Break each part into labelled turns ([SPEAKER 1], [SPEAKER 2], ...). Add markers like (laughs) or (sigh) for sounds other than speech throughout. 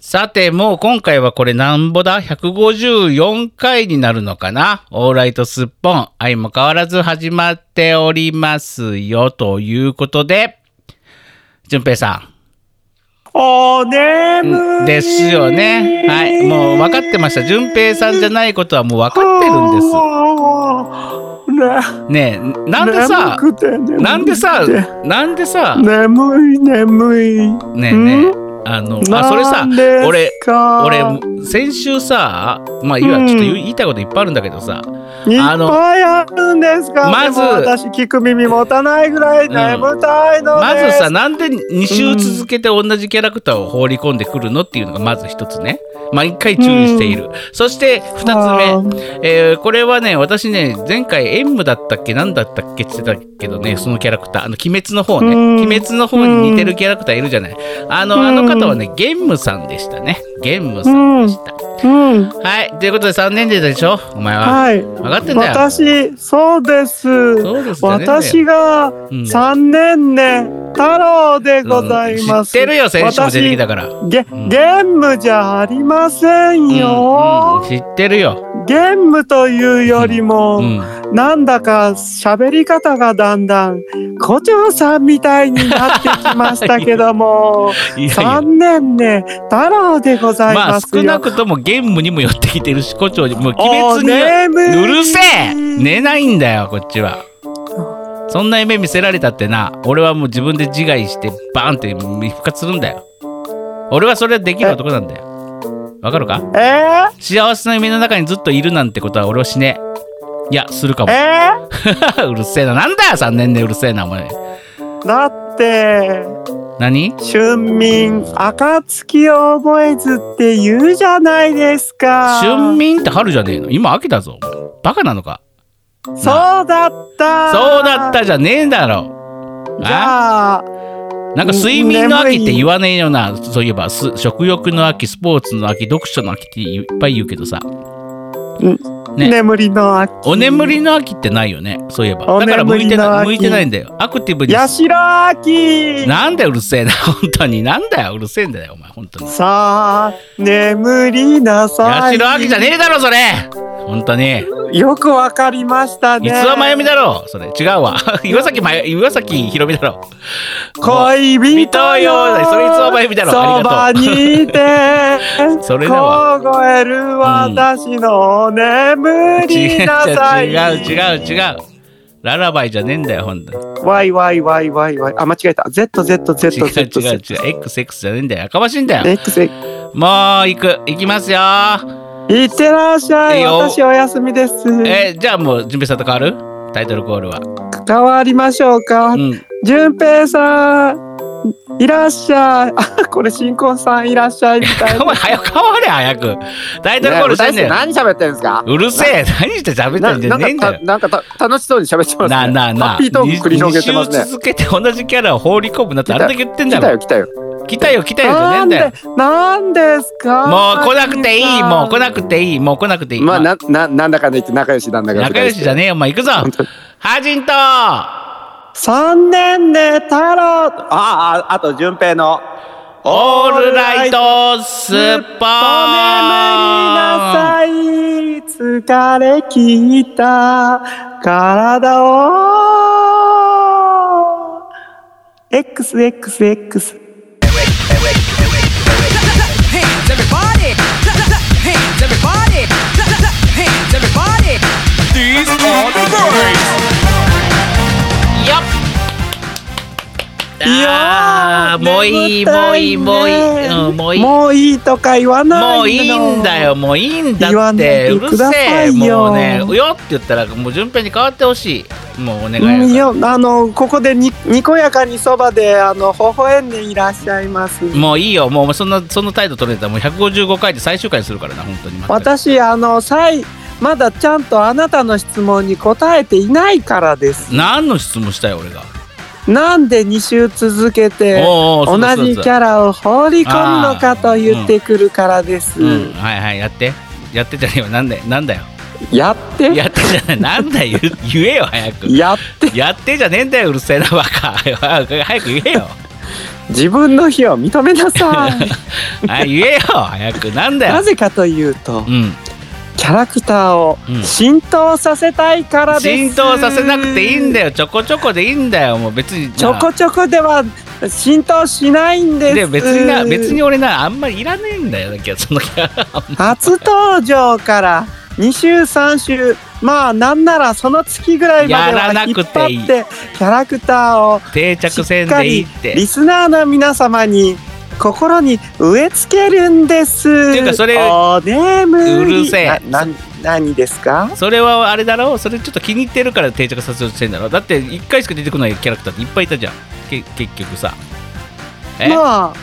[SPEAKER 1] さて、もう今回はこれなんぼだ ?154 回になるのかなオーライトすっぽん。相も変わらず始まっておりますよ。ということで、淳平さ
[SPEAKER 2] おね
[SPEAKER 1] ん。
[SPEAKER 2] む
[SPEAKER 1] ですよね。はい。もう分かってました。淳平さんじゃないことはもう分かってるんです。
[SPEAKER 2] す。
[SPEAKER 1] ねえ、なんでさ、
[SPEAKER 2] 眠くて眠くて
[SPEAKER 1] なんでさ、なんでさ、ね
[SPEAKER 2] 眠い眠い。
[SPEAKER 1] えねえ、あの、あ、それさ
[SPEAKER 2] なん、です
[SPEAKER 1] 俺、
[SPEAKER 2] か
[SPEAKER 1] 俺先週さまあいいわ
[SPEAKER 2] うん
[SPEAKER 1] ちょっと言う言いたいこといっぱいあるんだけどさ、
[SPEAKER 2] いっ
[SPEAKER 1] あの
[SPEAKER 2] ぱいあるんですか。
[SPEAKER 1] まず
[SPEAKER 2] でも私聞く耳持たないぐらい眠たいの
[SPEAKER 1] ま
[SPEAKER 2] で
[SPEAKER 1] ず
[SPEAKER 2] す。
[SPEAKER 1] さなんで2週続けて同じキャラクターを放り込んでくるのっていうのがまず一つね毎回注意している、そして2つ目、えーこれはね私ね前回縁武だったっけ何だったっけって言ってたけどねそのキャラクターあの鬼滅の方ね
[SPEAKER 2] うん
[SPEAKER 1] 鬼滅の方に似てるキャラクターいるじゃないあのあの方はね玄武さんでしたね玄武さんでした、
[SPEAKER 2] うん。うん。
[SPEAKER 1] はいということで3年生でしょお前は、
[SPEAKER 2] はい。
[SPEAKER 1] 分かってんだよ
[SPEAKER 2] 私そうです。
[SPEAKER 1] そうですじゃねえんだよ
[SPEAKER 2] 私が
[SPEAKER 1] うん
[SPEAKER 2] 三年ね太郎でございます。
[SPEAKER 1] 知ってるよ選手も出てきたからうん
[SPEAKER 2] ゲ、
[SPEAKER 1] うん
[SPEAKER 2] ゲームじゃありません
[SPEAKER 1] うん
[SPEAKER 2] よ。
[SPEAKER 1] 知ってるよ、
[SPEAKER 2] ゲームというよりも、
[SPEAKER 1] うん、
[SPEAKER 2] なんだか喋り方がだんだん胡蝶さんみたいになってきましたけども、
[SPEAKER 1] (laughs) いやいや
[SPEAKER 2] 残念ね、太郎でござい
[SPEAKER 1] ま
[SPEAKER 2] ま
[SPEAKER 1] あ
[SPEAKER 2] す
[SPEAKER 1] 少
[SPEAKER 2] よ。
[SPEAKER 1] なくともゲームにも寄ってきてるし胡蝶にもう鬼滅に
[SPEAKER 2] お
[SPEAKER 1] は
[SPEAKER 2] 眠いう
[SPEAKER 1] るせえ寝ないんだよこっちはそんな夢見せられたってな俺はもう自分で自害してバーンって復活するんだよ俺はそれはできる男なんだよわかるか
[SPEAKER 2] えー、
[SPEAKER 1] 幸せな夢の中にずっといるなんてことは俺はしねえいやするかも
[SPEAKER 2] え
[SPEAKER 1] (laughs) うるせえななんだよ3年でうるせえなお前
[SPEAKER 2] ー、だって、
[SPEAKER 1] 何
[SPEAKER 2] 春眠、暁を覚えずって言うじゃないですか。
[SPEAKER 1] 春眠って春じゃねえの今秋だぞバカなのか
[SPEAKER 2] そうだった。
[SPEAKER 1] そうだったじゃねえだろ
[SPEAKER 2] じゃあ、
[SPEAKER 1] なんか睡眠の秋っ
[SPEAKER 2] 眠
[SPEAKER 1] て
[SPEAKER 2] い
[SPEAKER 1] 言わねえよなそういえばす食欲の秋スポーツの秋読書の秋っていっぱい言うけどさね
[SPEAKER 2] 眠りの秋。
[SPEAKER 1] お眠りの秋ってないよねそういえば
[SPEAKER 2] お
[SPEAKER 1] だから向いてない向
[SPEAKER 2] 眠りの秋
[SPEAKER 1] いてないんだよアクティブに
[SPEAKER 2] やしら秋。
[SPEAKER 1] なんだようるせえな (laughs) 本当になんだようるせえんだよお前本当に
[SPEAKER 2] さあ、眠りなさい。
[SPEAKER 1] 八代秋じゃねえだろそれ本当に
[SPEAKER 2] よくわかりましたね。
[SPEAKER 1] いつはまゆみだろそれ違うわ (laughs) 岩崎まゆ岩崎ひろみだろ
[SPEAKER 2] 恋人
[SPEAKER 1] 人よ
[SPEAKER 2] よ。
[SPEAKER 1] それいつはまゆみだろあ
[SPEAKER 2] そ
[SPEAKER 1] りがとう。
[SPEAKER 2] ばにいて
[SPEAKER 1] (laughs) それだわ
[SPEAKER 2] 凍える私の眠
[SPEAKER 1] 違
[SPEAKER 2] り
[SPEAKER 1] う
[SPEAKER 2] なさい。
[SPEAKER 1] 違う違う違うララバイじゃねえんだよ本当に
[SPEAKER 2] わいわいわいわいわい。あ、間違えた。Z Z
[SPEAKER 1] 違う違う違
[SPEAKER 2] Z Z Z。
[SPEAKER 1] う XX じゃねえんだよやかましいんだよ
[SPEAKER 2] X い
[SPEAKER 1] もう行く行きますよ
[SPEAKER 2] ってらっしゃ
[SPEAKER 1] いい
[SPEAKER 2] い。
[SPEAKER 1] よ
[SPEAKER 2] 私お休みです。
[SPEAKER 1] えーじゃあもう準備さんと変わるタイトルコールは
[SPEAKER 2] 変わりましょうか
[SPEAKER 1] う。ん
[SPEAKER 2] 淳平さんいらっしゃいあこれ新婚さんいらっしゃいみた
[SPEAKER 1] (laughs)
[SPEAKER 2] い
[SPEAKER 1] お
[SPEAKER 2] な
[SPEAKER 1] 前早く変われ早くタイトルコールしてんだよ
[SPEAKER 3] 何喋ってるんですか
[SPEAKER 1] うるせえ何して喋って
[SPEAKER 3] なん
[SPEAKER 1] じゃねえんだよ
[SPEAKER 3] なんかたなんかた楽しそうに喋ってますね。
[SPEAKER 1] なあなあなあ
[SPEAKER 3] ハッピートーク繰り広げてます
[SPEAKER 1] 二
[SPEAKER 3] ね
[SPEAKER 1] 週。続けて同じキャラを放り込むなってあれだけ言ってん
[SPEAKER 3] 来
[SPEAKER 1] だ
[SPEAKER 3] た
[SPEAKER 1] ろ
[SPEAKER 3] よ来たよ。
[SPEAKER 1] 来たよ来たよじゃねえ
[SPEAKER 2] なん
[SPEAKER 1] んだよ
[SPEAKER 2] でなんですか
[SPEAKER 1] もう来なくていいもう来なくていいもう来なくていい
[SPEAKER 3] まあなななんだかんだ言って仲良しなんだか
[SPEAKER 1] 仲良しじゃ
[SPEAKER 3] ね
[SPEAKER 1] ねえよお前行くぞハジンと
[SPEAKER 2] 三年で太郎
[SPEAKER 3] あああと順平の
[SPEAKER 1] オールライトスッポーン
[SPEAKER 2] お眠りなさい疲れ切った体を XXX
[SPEAKER 4] hands, everybody. Hands, everybody. Hands, everybody.
[SPEAKER 1] よっ
[SPEAKER 2] いや
[SPEAKER 1] あーもういいもういいもういい、うんもういい
[SPEAKER 2] もういいとか言わないの
[SPEAKER 1] もういいんだよもういいんだ
[SPEAKER 2] 言わ
[SPEAKER 1] っ
[SPEAKER 2] な
[SPEAKER 1] て
[SPEAKER 2] い
[SPEAKER 1] る
[SPEAKER 2] うでく
[SPEAKER 1] せ
[SPEAKER 2] ださ
[SPEAKER 1] え
[SPEAKER 2] いよ
[SPEAKER 1] もうねよって言ったらもう順平に変わってほしいもうお願
[SPEAKER 2] うん
[SPEAKER 1] い
[SPEAKER 2] い
[SPEAKER 1] だか
[SPEAKER 2] やあのここでににこやかにそばであの微笑んでいらっしゃいます
[SPEAKER 1] らもういいよもうそんなその態度取れたらもう155回で最終回にするからな本当にまた
[SPEAKER 2] 私あの最まだちゃんとあなたの質問に答えていないからです
[SPEAKER 1] 何の質問したよ俺が
[SPEAKER 2] なんで2週続けて
[SPEAKER 1] おうお
[SPEAKER 2] 同
[SPEAKER 1] うそうだ
[SPEAKER 2] じキ
[SPEAKER 1] そうだ
[SPEAKER 2] ャラを放り込むのかと言ってくるからです、
[SPEAKER 1] うんはいはいやってやってじゃねえよなんだよなんだよ
[SPEAKER 2] やってや
[SPEAKER 1] やってじゃないなんだよ言言えよ早く
[SPEAKER 2] って
[SPEAKER 1] やってじゃねえんだようるせえなバカ早く言えよ
[SPEAKER 3] 自分の非を認めなさい
[SPEAKER 1] あ言えよ早くなんだ
[SPEAKER 2] な
[SPEAKER 1] よ、
[SPEAKER 2] ぜかというと
[SPEAKER 1] うん、
[SPEAKER 2] キャラクターを
[SPEAKER 1] うん
[SPEAKER 2] 浸透させたいからです、
[SPEAKER 1] 浸透させなくていいんだよちょこちょこでいいんだよもう別にな
[SPEAKER 2] ちょこちょこでは浸透しないんです
[SPEAKER 1] で別にな別に俺なあんまりいらねえんだよだけどそのキ (laughs) ャラ
[SPEAKER 2] 初登場から2週3週まあなんならその月ぐらいまで
[SPEAKER 1] やら
[SPEAKER 2] は
[SPEAKER 1] な
[SPEAKER 2] 引っ
[SPEAKER 1] くていい
[SPEAKER 2] 張ってキャラクターを
[SPEAKER 1] 定着せんでいいって
[SPEAKER 2] リスナーの皆様に心に植え付けるんです。って
[SPEAKER 1] いうかそれ
[SPEAKER 2] お眠り
[SPEAKER 1] うるせえ
[SPEAKER 2] なな何ですか？
[SPEAKER 1] それはあれだろそれちょっと気に入ってるから定着させようとしてんだろだって1回しか出てこないキャラクターっていっぱいいたじゃんけ結局さえ
[SPEAKER 2] まあ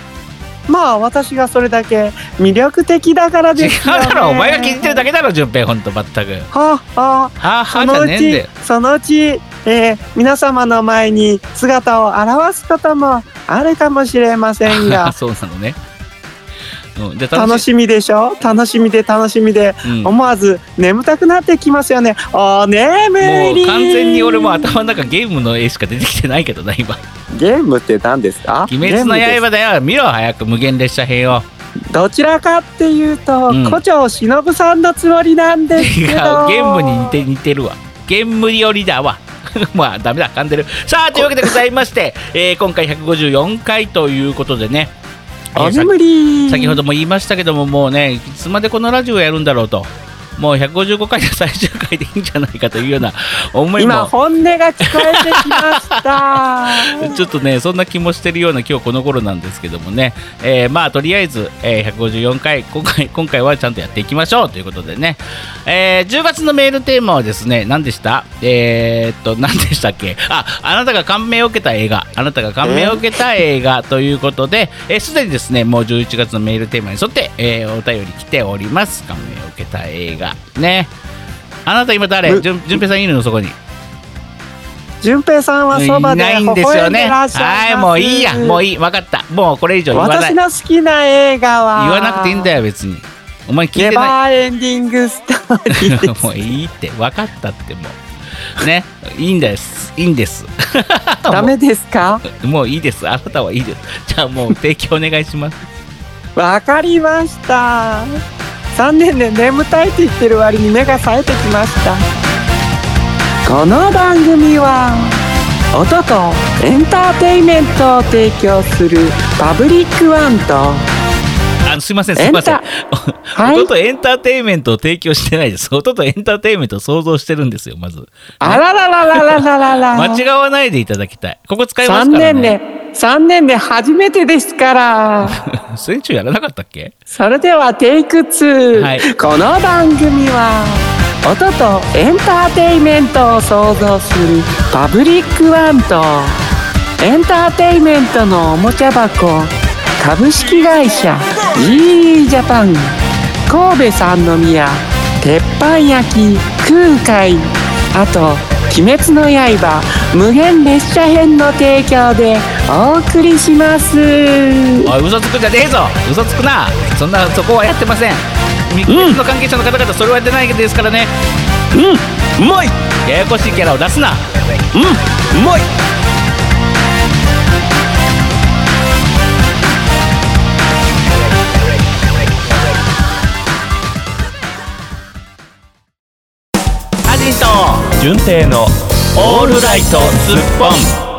[SPEAKER 2] まあ私がそれだけ魅力的だから
[SPEAKER 1] 違
[SPEAKER 2] で
[SPEAKER 1] う
[SPEAKER 2] すよ、ね。
[SPEAKER 1] だろお前が気に入ってるだけだろ順平ほんと全く
[SPEAKER 2] はは
[SPEAKER 1] はあは
[SPEAKER 2] そ
[SPEAKER 1] あじ
[SPEAKER 2] の
[SPEAKER 1] ゃ
[SPEAKER 2] う
[SPEAKER 1] ねえんだ
[SPEAKER 2] ち
[SPEAKER 1] よ
[SPEAKER 2] そのうち、えー皆様の前に姿を現すこともあるかもしれませんが
[SPEAKER 1] そうなのね、うん、じゃあ (laughs) 楽
[SPEAKER 2] 楽
[SPEAKER 1] し
[SPEAKER 2] しみでしょ楽しみで楽しみで
[SPEAKER 1] い、うん
[SPEAKER 2] 思わず眠たくなってきますよね。おねむ
[SPEAKER 1] も
[SPEAKER 2] り。
[SPEAKER 1] う完全に俺も頭の中ゲームの絵しか出てきてないけどな今「
[SPEAKER 3] ゲームって何ですか
[SPEAKER 1] 鬼滅の
[SPEAKER 3] ゲーム
[SPEAKER 1] 刃」だよ見ろ早く無限列車編 (laughs) を
[SPEAKER 2] どちらかっていうと、
[SPEAKER 1] うん
[SPEAKER 2] 古城忍さんのつもりなんです
[SPEAKER 1] 違
[SPEAKER 2] け
[SPEAKER 1] う
[SPEAKER 2] ど。
[SPEAKER 1] ゲームに似て似てるわゲームよりだわ (laughs) まあダメだ噛んでるさあというわけでございまして、 (laughs) えー今回154回ということでね、えー
[SPEAKER 2] お
[SPEAKER 1] さ
[SPEAKER 2] 眠り。
[SPEAKER 1] 先ほども言いましたけどももうねいつまでこのラジオやるんだろうともう155回で最終回でいいんじゃないかというような思いも
[SPEAKER 2] 今本音が聞こえてきました
[SPEAKER 1] (laughs) ちょっとね、そんな気もしてるような今日この頃なんですけどもね、えーまあとりあえず、えー154回今回、今回はちゃんとやっていきましょうということでね、えー10月のメールテーマはですね、何でしたえーっと、何でしたっけあ、あなたが感銘を受けた映画、あなたが感銘を受けた映画ということで、えーすでにですね、もう11月のメールテーマに沿って、えーお便り来ております。感銘を受けた映画。ね。あなた今誰
[SPEAKER 3] む
[SPEAKER 1] じゅんじゅんぺいさんいるのそこに。
[SPEAKER 2] 順平さんはそばで
[SPEAKER 1] い
[SPEAKER 2] 微
[SPEAKER 1] ないんですよ
[SPEAKER 2] 笑ん
[SPEAKER 1] ね。
[SPEAKER 2] でらっしゃ
[SPEAKER 1] はい
[SPEAKER 2] ます
[SPEAKER 1] い、もういいや、もういい、わかった。もうこれ以上言わない。
[SPEAKER 2] 私
[SPEAKER 1] 言
[SPEAKER 2] の好きな映画は
[SPEAKER 1] わなくていいんだ
[SPEAKER 2] よ
[SPEAKER 1] よ、別に。お前聞い
[SPEAKER 2] ネ
[SPEAKER 1] てな
[SPEAKER 2] バーエンディングストーリーで
[SPEAKER 1] い。(laughs)
[SPEAKER 2] す
[SPEAKER 1] もういいって、わかったってもう。ね、いいんです。いいんです。
[SPEAKER 2] ダメですか
[SPEAKER 1] (laughs) もういいです。あなたはいいです。じゃあもう提供お願いします。 (laughs)
[SPEAKER 2] わかりました3年で眠たいって言ってる割に目が冴えてきましたこの番組は音とエンターテインメントを提供するパブリックワンと
[SPEAKER 1] あのすいません、すいません。
[SPEAKER 2] エンはい
[SPEAKER 1] 音とエンターテインメントを提供してないです。音とエンターテインメントを想像してるんですよ、まず。
[SPEAKER 2] あららららららら (laughs) ら
[SPEAKER 1] 間違わないでいただきたい。ここ使いま
[SPEAKER 2] 3
[SPEAKER 1] すから
[SPEAKER 2] 年
[SPEAKER 1] ね。
[SPEAKER 2] で3年で初めてですから
[SPEAKER 1] (laughs) 先週やらなかったっけ
[SPEAKER 2] それではテイク2、
[SPEAKER 1] はい
[SPEAKER 2] この番組は音とエンターテイメントを創造するパブリックワンとエンターテイメントのおもちゃ箱株式会社 GE ジャパン神戸三宮鉄板焼き空海あと「鬼滅の刃無限列車編」の提供でお送りします。
[SPEAKER 1] おい嘘つくんじゃねえぞ嘘つくなそんなそこはやってません密接の関係者の方々それはやってないですからね
[SPEAKER 3] うまい
[SPEAKER 1] ややこしいキャラを出すな
[SPEAKER 3] うんうまい
[SPEAKER 1] アジト純正のオールライトスッポン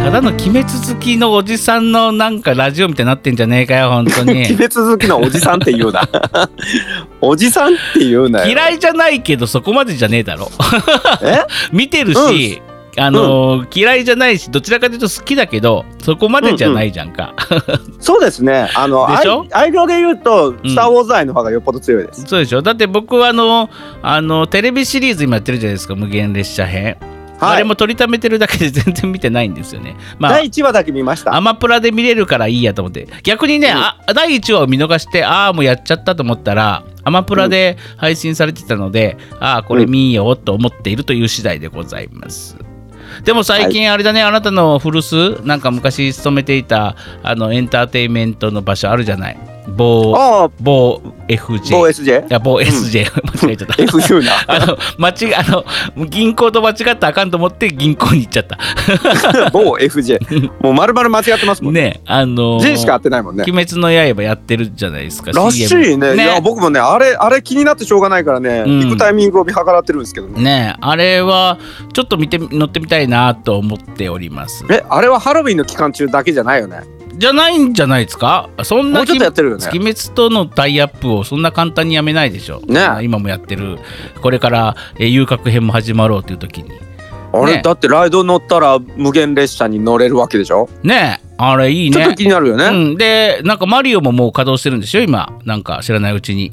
[SPEAKER 1] ただの鬼滅好きのおじさんのなんかラジオみたいになってんじゃねえかよ本当
[SPEAKER 3] (laughs) 鬼
[SPEAKER 1] に
[SPEAKER 3] 滅好きのおじさんって言
[SPEAKER 1] (laughs)
[SPEAKER 3] うなおじさんって言うなよ
[SPEAKER 1] 嫌いじゃないけどそこまでじゃねえだろ (laughs)
[SPEAKER 3] え
[SPEAKER 1] 見てるし、あのー嫌いじゃないしどちらかというと好きだけどそこまでじゃないじゃんか、
[SPEAKER 3] そうですねあの
[SPEAKER 1] でしょ
[SPEAKER 3] 愛愛情で言うと「スター・ウォーズ」愛の方がよっぽど強いで
[SPEAKER 1] (laughs)
[SPEAKER 3] す、
[SPEAKER 1] そうでしょだって僕はあのあのテレビシリーズ今やってるじゃないですか無限列車編、あ
[SPEAKER 3] は
[SPEAKER 1] れ
[SPEAKER 3] い
[SPEAKER 1] も取りためてるだけで全然見てないんですよねまあ
[SPEAKER 3] 第1話だけ見ました
[SPEAKER 1] アマプラで見れるからいいやと思って逆にね、
[SPEAKER 3] うん
[SPEAKER 1] あ第1話を見逃してああもうやっちゃったと思ったらアマプラで配信されてたので、ああこれ見ようと思っているという次第でございますでも最近あれだね、あなたの古巣なんか昔勤めていたあのエンターテインメントの場所あるじゃない某
[SPEAKER 3] ああ、
[SPEAKER 1] 某 FJ
[SPEAKER 3] 某
[SPEAKER 1] い
[SPEAKER 3] SJ?
[SPEAKER 1] や某 SJ、間違 (laughs) えちゃった
[SPEAKER 3] F 言
[SPEAKER 1] (laughs)
[SPEAKER 3] うな。
[SPEAKER 1] あの間違あの銀行と間違ったらあかんと思って銀行に行っちゃった
[SPEAKER 3] 某 FJ。もう丸々間違ってますもんね。
[SPEAKER 1] ねあのー
[SPEAKER 3] J しか合ってないもんね。
[SPEAKER 1] 鬼滅の刃やってるじゃないですか。
[SPEAKER 3] らしい
[SPEAKER 1] CM
[SPEAKER 3] ね。いや、僕もね、あれ、あれ気になってしょうがないからね、
[SPEAKER 1] うん
[SPEAKER 3] 行くタイミングを見計らってるんですけどね。
[SPEAKER 1] ねえあれはちょっと見て乗ってみたいなと思っております。
[SPEAKER 3] え、あれはハロウィンの期間中だけじゃないよね。
[SPEAKER 1] じゃないんじゃないですか。そんな
[SPEAKER 3] もうちょっとやってるよね
[SPEAKER 1] 鬼。滅とのタイアップをそんな簡単にやめないでしょ。
[SPEAKER 3] ねえ
[SPEAKER 1] 今もやってる。これからえー遊郭編も始まろうという時に。
[SPEAKER 3] あれ、
[SPEAKER 1] ね
[SPEAKER 3] だってライド乗ったら無限列車に乗れるわけでしょ、
[SPEAKER 1] ねえあれいい
[SPEAKER 3] ちょっと
[SPEAKER 1] ね。
[SPEAKER 3] 気になるよね。
[SPEAKER 1] うん、でなんかマリオももう稼働してるんでしょ今なんか知らないうちに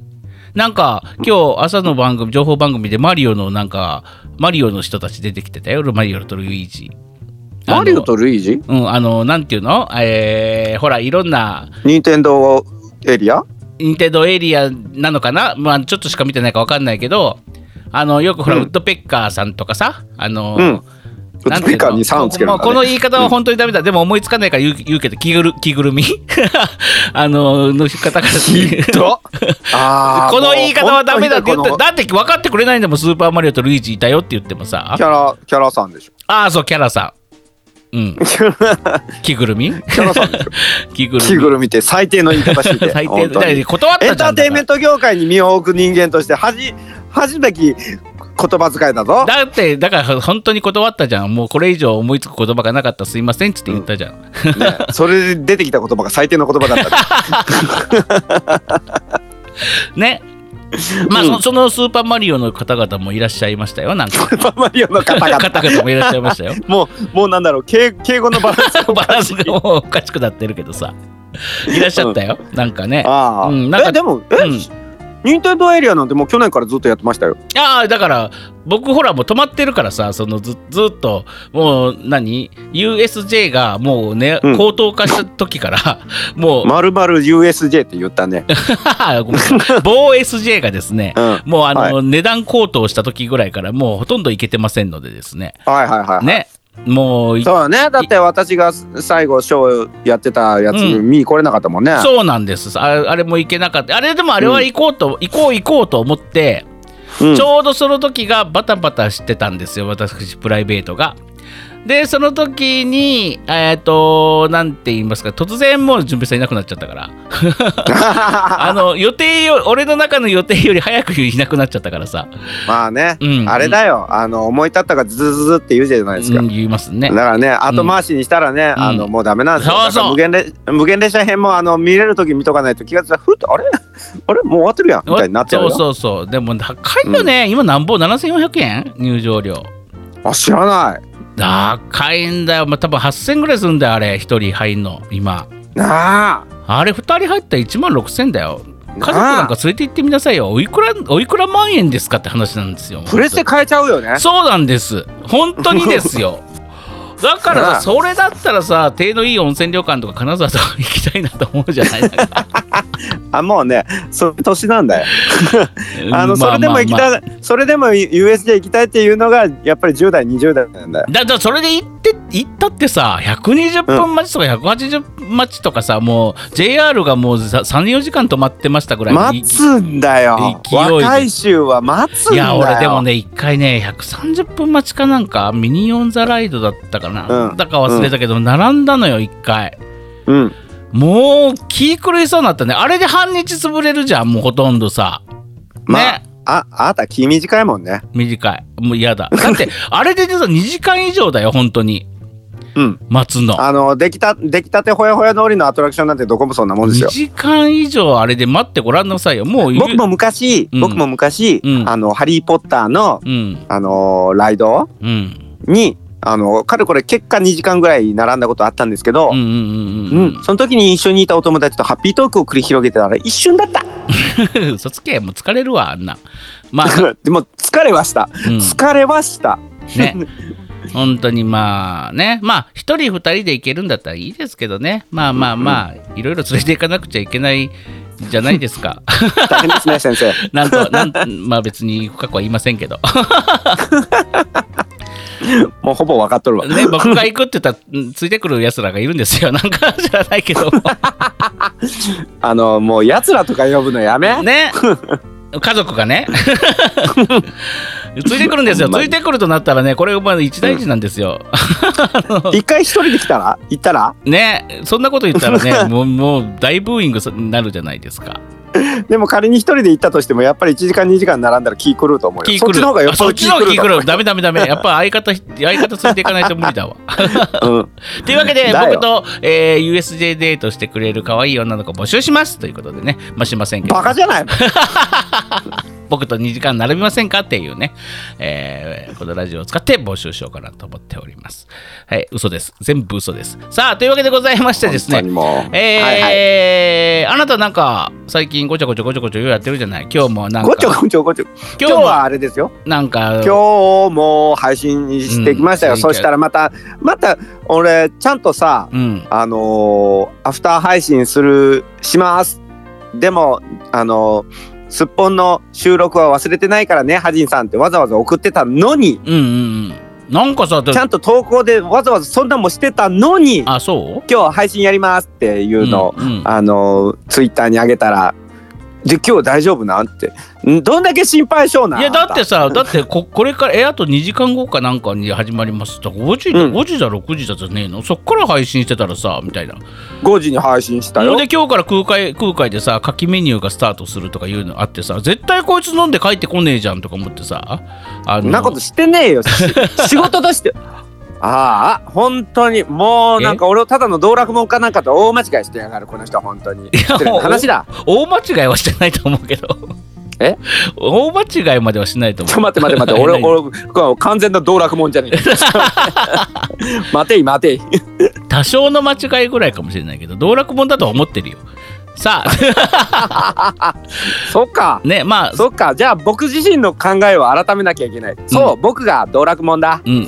[SPEAKER 1] なんか今日朝の番組情報番組でマリオのなんかマリオの人たち出てきてたよマリオとルイージ
[SPEAKER 3] マリオとルイージ
[SPEAKER 1] あのうんあのなんていうのえー、ほらいろんな
[SPEAKER 3] ニンテンドーエリア
[SPEAKER 1] インテドエリアなのかなまあちょっとしか見てないかわかんないけどあのよくほら、
[SPEAKER 3] うん
[SPEAKER 1] ウッドペッカーさんとかさあの、
[SPEAKER 3] うん。ウ
[SPEAKER 1] な
[SPEAKER 3] ッ
[SPEAKER 1] ん
[SPEAKER 3] ド
[SPEAKER 1] てい
[SPEAKER 3] ペ
[SPEAKER 1] う
[SPEAKER 3] ッカーに3をつける
[SPEAKER 1] も
[SPEAKER 3] ん
[SPEAKER 1] うこ
[SPEAKER 3] だ
[SPEAKER 1] の
[SPEAKER 3] ね。
[SPEAKER 1] 言い方は本当にダメだ。でも思いつかないから言う言うけど、着ぐる着ぐるみ (laughs) あの、の方から
[SPEAKER 3] きっとあー
[SPEAKER 1] (laughs) この言い方はダメだって言っ
[SPEAKER 3] もう
[SPEAKER 1] て
[SPEAKER 3] 本当に
[SPEAKER 1] だって分かってくれないんだもんスーパーマリオとルイージいたよって言ってもさ
[SPEAKER 3] このキャラ、キャラさんでしょ。
[SPEAKER 1] ああそうキャラさん
[SPEAKER 3] (laughs)
[SPEAKER 1] うん着ぐるみ
[SPEAKER 3] キャラ
[SPEAKER 1] (laughs)
[SPEAKER 3] さんでしょ。
[SPEAKER 1] 着ぐるみ
[SPEAKER 3] 着ぐるみって最低の言い方して
[SPEAKER 1] (laughs)
[SPEAKER 3] て。
[SPEAKER 1] 最低
[SPEAKER 3] 本当
[SPEAKER 1] だ
[SPEAKER 3] に
[SPEAKER 1] から断ったじ
[SPEAKER 3] エ
[SPEAKER 1] ゃん
[SPEAKER 3] ンターテインメント業界に身を置く人間として恥恥ずべき言葉遣い
[SPEAKER 1] だ
[SPEAKER 3] だぞ
[SPEAKER 1] からだってだから本当に断ったじゃんもうこれ以上思いつく言葉がなかったらすいませんっつって言ったじゃん、
[SPEAKER 3] ねそれで出てきた言葉が最低の言葉だ
[SPEAKER 1] (laughs)
[SPEAKER 3] ったね
[SPEAKER 1] ねまあ、そそのスーパーマリオの方々もいらっしゃいましたよなんか
[SPEAKER 3] スーパーマリオの方々
[SPEAKER 1] 方々もいらっしゃいましたよ
[SPEAKER 3] (laughs) もうもうなんだろう敬敬語のバランス
[SPEAKER 1] バランスがもうおかしくなってるけどさいらっしゃったよ、なんかね
[SPEAKER 3] ああ、
[SPEAKER 1] (laughs) うんなんか
[SPEAKER 3] えでもえ、
[SPEAKER 1] うん
[SPEAKER 3] 任天堂エリアなんてもう去年からずっとやってましたよ
[SPEAKER 1] いやーだから僕ほらもう止まってるからさそのずずっともう何 USJ がもうね、
[SPEAKER 3] うん
[SPEAKER 1] 高騰化した時から
[SPEAKER 3] (laughs)
[SPEAKER 1] もう、
[SPEAKER 3] まるまる USJ って言っ
[SPEAKER 1] (laughs)
[SPEAKER 3] たね、
[SPEAKER 1] ごめん某 SJ がですね
[SPEAKER 3] うん、はい
[SPEAKER 1] もうあの、
[SPEAKER 3] は
[SPEAKER 1] 値段高騰した時ぐらいからもうほとんどいけてませんのでですね
[SPEAKER 3] はいはい、
[SPEAKER 1] ねもうい
[SPEAKER 3] そうだねだって私が最後ショーやってたやつ
[SPEAKER 1] うん
[SPEAKER 3] 見に来れなかったもんね、
[SPEAKER 1] そうなんですああれもいけなかったあれでもあれは行こうと、行こう行こうと思って、
[SPEAKER 3] うん
[SPEAKER 1] ちょうどその時がバタバタしてたんですよ、私、プライベートが。で、その時に、えっ、と、なんて言いますか、突然もう準備さんいなくなっちゃった
[SPEAKER 3] (laughs)
[SPEAKER 1] から、あの、予定よ、俺の中の予定より早くいなくなっちゃったからさ、
[SPEAKER 3] まあね、
[SPEAKER 1] うん
[SPEAKER 3] あれだよあの思い立ったがズズズズって言うじゃないですか、
[SPEAKER 1] うん言いますね
[SPEAKER 3] だ。からね後回しにしたらね、あのもうダメなんですよ
[SPEAKER 1] そうそう
[SPEAKER 3] だから無限列無限列車編もあの見れる時見とかないと気がついたらふっとあれあれもう終わってるやんみたいになっちゃう
[SPEAKER 1] そ
[SPEAKER 3] よ
[SPEAKER 1] うそうそう、でも高いよね、今、なんぼ7400円、入場料。
[SPEAKER 3] あ知らない
[SPEAKER 1] 高いんだよ、まあ、多分8000ぐらいするんだよ、あれ、1人入んの、今。
[SPEAKER 3] なあ
[SPEAKER 1] あれ、2人入ったら1万6000だよ。家族なんか連れて行ってみなさいよ。おいくら、おいくら万円ですかって話なんですよ。
[SPEAKER 3] プレステ変えちゃうよね
[SPEAKER 1] そうなんです。本当にですよ。
[SPEAKER 3] (laughs)
[SPEAKER 1] だから
[SPEAKER 3] な
[SPEAKER 1] さ、
[SPEAKER 3] あ
[SPEAKER 1] それだったらさ、手のいい温泉旅館とか金沢とか行きたいなと思うじゃないですか。
[SPEAKER 3] あもうねそういう年なんだよ (laughs) あのそれでも行き
[SPEAKER 1] い。
[SPEAKER 3] たいそれでも USJ 行きたいっていうのがやっぱり10代20代なんだよ
[SPEAKER 1] だだそれで行って行ったってさ120分待ちとか180分待ちとかさ、もう JR がもう34時間止まってましたぐらい
[SPEAKER 3] 待つんだよ
[SPEAKER 1] 勢いで
[SPEAKER 3] 若い衆は待つん
[SPEAKER 1] い
[SPEAKER 3] だよ
[SPEAKER 1] や俺でもね一回ね130分待ちかなんかミニオン・ザ・ライドだったかな、
[SPEAKER 3] うん
[SPEAKER 1] だか忘れたけど、並んだのよ一回
[SPEAKER 3] うん
[SPEAKER 1] もう気狂いそうになったねあれで半日潰れるじゃんもうほとんどさ
[SPEAKER 3] まあ
[SPEAKER 1] ね
[SPEAKER 3] ああなた気短いもんね
[SPEAKER 1] 短いもう嫌だだって
[SPEAKER 3] (laughs)
[SPEAKER 1] あれでさ2時間以上だよ本当に
[SPEAKER 3] うん
[SPEAKER 1] 待つの
[SPEAKER 3] あのできた出来たてほやほや通りのアトラクションなんてどこもそんなもんです
[SPEAKER 1] 2
[SPEAKER 3] よ。
[SPEAKER 1] 時間以上あれで待ってごらんなさいよもう
[SPEAKER 3] 僕も昔、
[SPEAKER 1] うん
[SPEAKER 3] 僕も昔、
[SPEAKER 1] うん
[SPEAKER 3] あのハリー・ポッターの
[SPEAKER 1] うん
[SPEAKER 3] あのーライド
[SPEAKER 1] うん
[SPEAKER 3] にあのかれこれ結果2時間ぐらい並んだことあったんですけど
[SPEAKER 1] うんう、んう
[SPEAKER 3] う
[SPEAKER 1] んんうん
[SPEAKER 3] その時に一緒にいたお友達とハッピートークを繰り広げてたら一瞬だった。
[SPEAKER 1] (laughs) 嘘つけもう疲れるわあんなま
[SPEAKER 3] (laughs)
[SPEAKER 1] あ、
[SPEAKER 3] でも疲れました、
[SPEAKER 1] うん、
[SPEAKER 3] 疲れました。
[SPEAKER 1] ね本当にまあねまあ一人二人で行けるんだったらいいですけどねまあまあまあ、いろいろ連れて行かなくちゃいけないじゃないですか
[SPEAKER 3] 大変ですね先生。
[SPEAKER 1] なんとなんまあ別に深くは言いませんけど
[SPEAKER 3] もうほぼ分かっとるわ。
[SPEAKER 1] ね僕が行くって言ったらうんついてくる奴らがいるんですよなんか知らないけど
[SPEAKER 3] あのもう奴らとか呼ぶのや
[SPEAKER 1] (laughs)
[SPEAKER 3] め、
[SPEAKER 1] ね家族がね (laughs) ついてくるんですよつ
[SPEAKER 3] ほんまに
[SPEAKER 1] いてくるとなったらねこれまあ一大事なんですよ、
[SPEAKER 3] 一回一人で来たら行ったら
[SPEAKER 1] ねそんなこと言ったらねもうもう大ブーイングになるじゃないですか
[SPEAKER 3] でも仮に一人で行ったとしてもやっぱり1時間2時間並んだら気狂うと思う
[SPEAKER 1] 気
[SPEAKER 3] よ
[SPEAKER 1] 狂
[SPEAKER 3] そうっちの方がよっ
[SPEAKER 1] あ
[SPEAKER 3] ぽ
[SPEAKER 1] そ
[SPEAKER 3] ど
[SPEAKER 1] っち
[SPEAKER 3] 気
[SPEAKER 1] の
[SPEAKER 3] 狂
[SPEAKER 1] 方が
[SPEAKER 3] う
[SPEAKER 1] 気
[SPEAKER 3] と
[SPEAKER 1] 狂
[SPEAKER 3] 思
[SPEAKER 1] うダメダメダメやっぱ相方相方ついていかないと無理
[SPEAKER 3] (laughs)
[SPEAKER 1] だわ
[SPEAKER 3] う、うん、
[SPEAKER 1] というわけで
[SPEAKER 3] だよ
[SPEAKER 1] 僕と、えー USJ デートしてくれる可愛い女の子募集しますということでね、まあ、しませんけど
[SPEAKER 3] バカじゃないの
[SPEAKER 1] 僕と2時間並びませんかっていうね、えーこのラジオを使って募集しようかなと思っておりますはい嘘です全部嘘ですさあというわけでございましてですね
[SPEAKER 3] 本当にもうはい
[SPEAKER 1] えーあなたなんか最近ごちゃごちゃごちゃごちゃようやってるじゃない今日もな
[SPEAKER 3] はい、
[SPEAKER 1] ん
[SPEAKER 3] ごちょ
[SPEAKER 1] か
[SPEAKER 3] ごちょごちょ今
[SPEAKER 1] 今
[SPEAKER 3] 日
[SPEAKER 1] 日
[SPEAKER 3] は
[SPEAKER 1] は
[SPEAKER 3] あれですよ
[SPEAKER 1] なんか
[SPEAKER 3] 今日も配信してきましたよ、
[SPEAKER 1] うん
[SPEAKER 3] そしたらまたまた俺ちゃんとさ
[SPEAKER 1] うん
[SPEAKER 3] あのーアフター配信するしますでもあのーすっぽんの収録は忘れてないからねハジンさんってわざわざ送ってたのに
[SPEAKER 1] うんうんうんなんかさ
[SPEAKER 3] ちゃんと投稿でわざわざそんなんもしてたのに
[SPEAKER 1] あそう
[SPEAKER 3] 今日配信やりますっていうのを、
[SPEAKER 1] うんうん
[SPEAKER 3] あのーツイッターに上げたら「で今日大丈夫なん?」ってんどんだけ心配性なん
[SPEAKER 1] いやだっ
[SPEAKER 3] あ
[SPEAKER 1] て
[SPEAKER 3] ん
[SPEAKER 1] さ、だってここれからえあと2時間後かなんかに始まりますと5時だ、
[SPEAKER 3] うん
[SPEAKER 1] 5時だ6時だじゃねえのそっから配信してたらさみたいな
[SPEAKER 3] た5時に配信したよ
[SPEAKER 1] で今日から空海空海でさ書きメニューがスタートするとかいうのあってさ絶対こいつ飲んで帰ってこねえじゃんとか思ってさあ
[SPEAKER 3] そんなことしてねえ (laughs) よし仕事と (laughs) してああ本当にもうなんか俺をただの道楽門かなんかと大間違いしてやがるこの人本当に
[SPEAKER 1] や
[SPEAKER 3] 失礼な話だ
[SPEAKER 1] 大間違いはしてないと思うけど
[SPEAKER 3] え
[SPEAKER 1] 大間違いまではしないと
[SPEAKER 3] ち
[SPEAKER 1] 思う
[SPEAKER 3] ょ待って待って (laughs) 待って俺
[SPEAKER 1] 何
[SPEAKER 3] 俺これ完全な道楽門じゃねえ待てい待てい
[SPEAKER 1] 多少の間違いぐらいかもしれないけど道楽本だとは思ってるよさあ
[SPEAKER 3] (laughs) そっか
[SPEAKER 1] (laughs) ねまあ
[SPEAKER 3] (laughs) そっかじゃあ僕自身の考えを改めなきゃいけないそう、僕が道楽門だ
[SPEAKER 1] うん、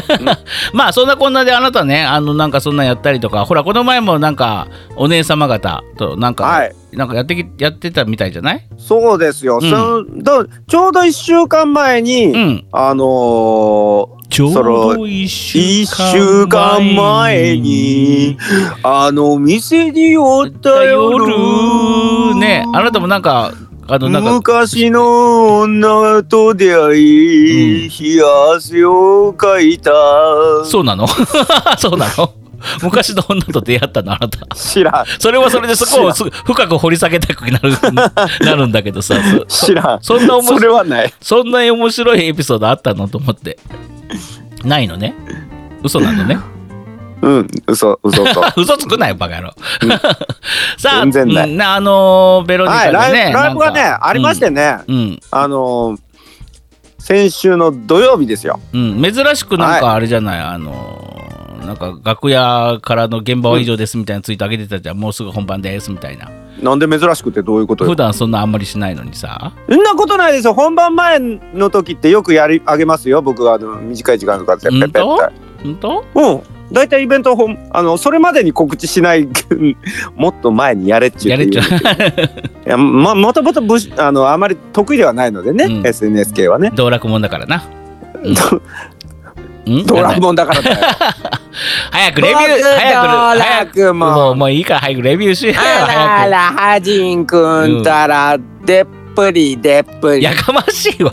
[SPEAKER 1] (laughs) まあそんなこんなであなたねあのなんかそんなんやったりとかほらこの前もなんかお姉様方となんか、
[SPEAKER 3] はい
[SPEAKER 1] なんかやってきやってたみたいじゃない
[SPEAKER 3] そうですよ、
[SPEAKER 1] うん
[SPEAKER 3] そんだちょうど1週間前に、
[SPEAKER 1] うん
[SPEAKER 3] あのー
[SPEAKER 1] ちょう
[SPEAKER 3] そ
[SPEAKER 1] ど
[SPEAKER 3] の
[SPEAKER 1] 一週
[SPEAKER 3] 一週間前にあの店におった夜
[SPEAKER 1] ねあなたもなんかあのなんか
[SPEAKER 3] 昔の女と出会い、
[SPEAKER 1] うん
[SPEAKER 3] 冷や汗をかいた
[SPEAKER 1] そうなの (laughs) そうなの昔の女と出会ったのあなた
[SPEAKER 3] 知らん
[SPEAKER 1] それはそれでそこをす深く掘り下げたく (laughs) なるなるんだけどさそ
[SPEAKER 3] 知らん
[SPEAKER 1] そんな面白い
[SPEAKER 3] それはない
[SPEAKER 1] そんなに面白いエピソードあったのと思って。ないのね。嘘なの
[SPEAKER 3] (laughs)
[SPEAKER 1] ね。
[SPEAKER 3] うん嘘
[SPEAKER 1] (laughs)
[SPEAKER 3] 嘘と
[SPEAKER 1] 嘘つくなよ、バカ野郎。 (laughs) さあ、
[SPEAKER 3] 全然ない
[SPEAKER 1] うんあのーベロニカ
[SPEAKER 3] は
[SPEAKER 1] で
[SPEAKER 3] い
[SPEAKER 1] ね、
[SPEAKER 3] ライブライブがね
[SPEAKER 1] なんか
[SPEAKER 3] ありまし。てね、
[SPEAKER 1] うんうん
[SPEAKER 3] あのー先週の土曜日ですよ
[SPEAKER 1] うん、珍しくなんかあれじゃない、あのーなんか楽屋からの現場は以上ですみたいなツイート上げてたじゃん、もうすぐ本番ですみたいな
[SPEAKER 3] なんで珍しくてどういうことよ
[SPEAKER 1] 普段そんなあんまりしないのにさ
[SPEAKER 3] そんなことないですよ。本番前の時ってよくやりあげますよ。僕はあの短い時間とかでペ
[SPEAKER 1] 本
[SPEAKER 3] ッペッ
[SPEAKER 1] 当
[SPEAKER 3] ペッ
[SPEAKER 1] 本当
[SPEAKER 3] うん。大体イベントほんあのそれまでに告知しない (laughs) もっと前にやれっちゅう
[SPEAKER 1] やれっちゃう
[SPEAKER 3] いやまもともとぶしあのあまり得意ではないのでね、
[SPEAKER 1] うん
[SPEAKER 3] SNS 系はね
[SPEAKER 1] 道楽もんだからな、うん、
[SPEAKER 3] ドラえもんだからだよ
[SPEAKER 1] 早くレビュー早
[SPEAKER 2] 僕
[SPEAKER 1] く早
[SPEAKER 3] ドラえ
[SPEAKER 1] く
[SPEAKER 3] もん
[SPEAKER 1] もうもういいから早くレビューしようよ
[SPEAKER 2] あら
[SPEAKER 1] 早
[SPEAKER 2] あ
[SPEAKER 1] く
[SPEAKER 2] らはじんくんたらでっぷりでっぷり
[SPEAKER 1] やかましいわ (laughs)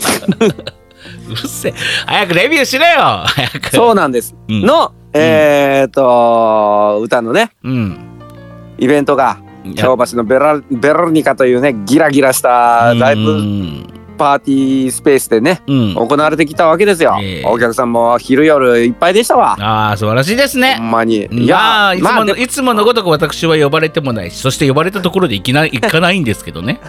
[SPEAKER 1] うっせえ早くレビューしろよ早く
[SPEAKER 3] そうなんです、
[SPEAKER 1] うん
[SPEAKER 3] のえー、っと歌のね
[SPEAKER 1] うん
[SPEAKER 3] イベントが
[SPEAKER 1] いや
[SPEAKER 3] 京橋のベラベロニカというねギラギラしたライ
[SPEAKER 1] う
[SPEAKER 3] ブ
[SPEAKER 1] ん
[SPEAKER 3] パーティースペースでね、
[SPEAKER 1] うん
[SPEAKER 3] 行われてきたわけですよ、
[SPEAKER 1] ええ
[SPEAKER 3] お客さんも昼夜いっぱいでしたわ、
[SPEAKER 1] ああ素晴らしいです
[SPEAKER 3] ほ
[SPEAKER 1] ね
[SPEAKER 3] んまにい
[SPEAKER 1] いや
[SPEAKER 3] や
[SPEAKER 1] いつも
[SPEAKER 3] ま
[SPEAKER 1] の、
[SPEAKER 3] あでも
[SPEAKER 1] いつものごとく私は呼ばれてもないしそして呼ばれたところで行きな行かないんですけど
[SPEAKER 3] (laughs)
[SPEAKER 1] ね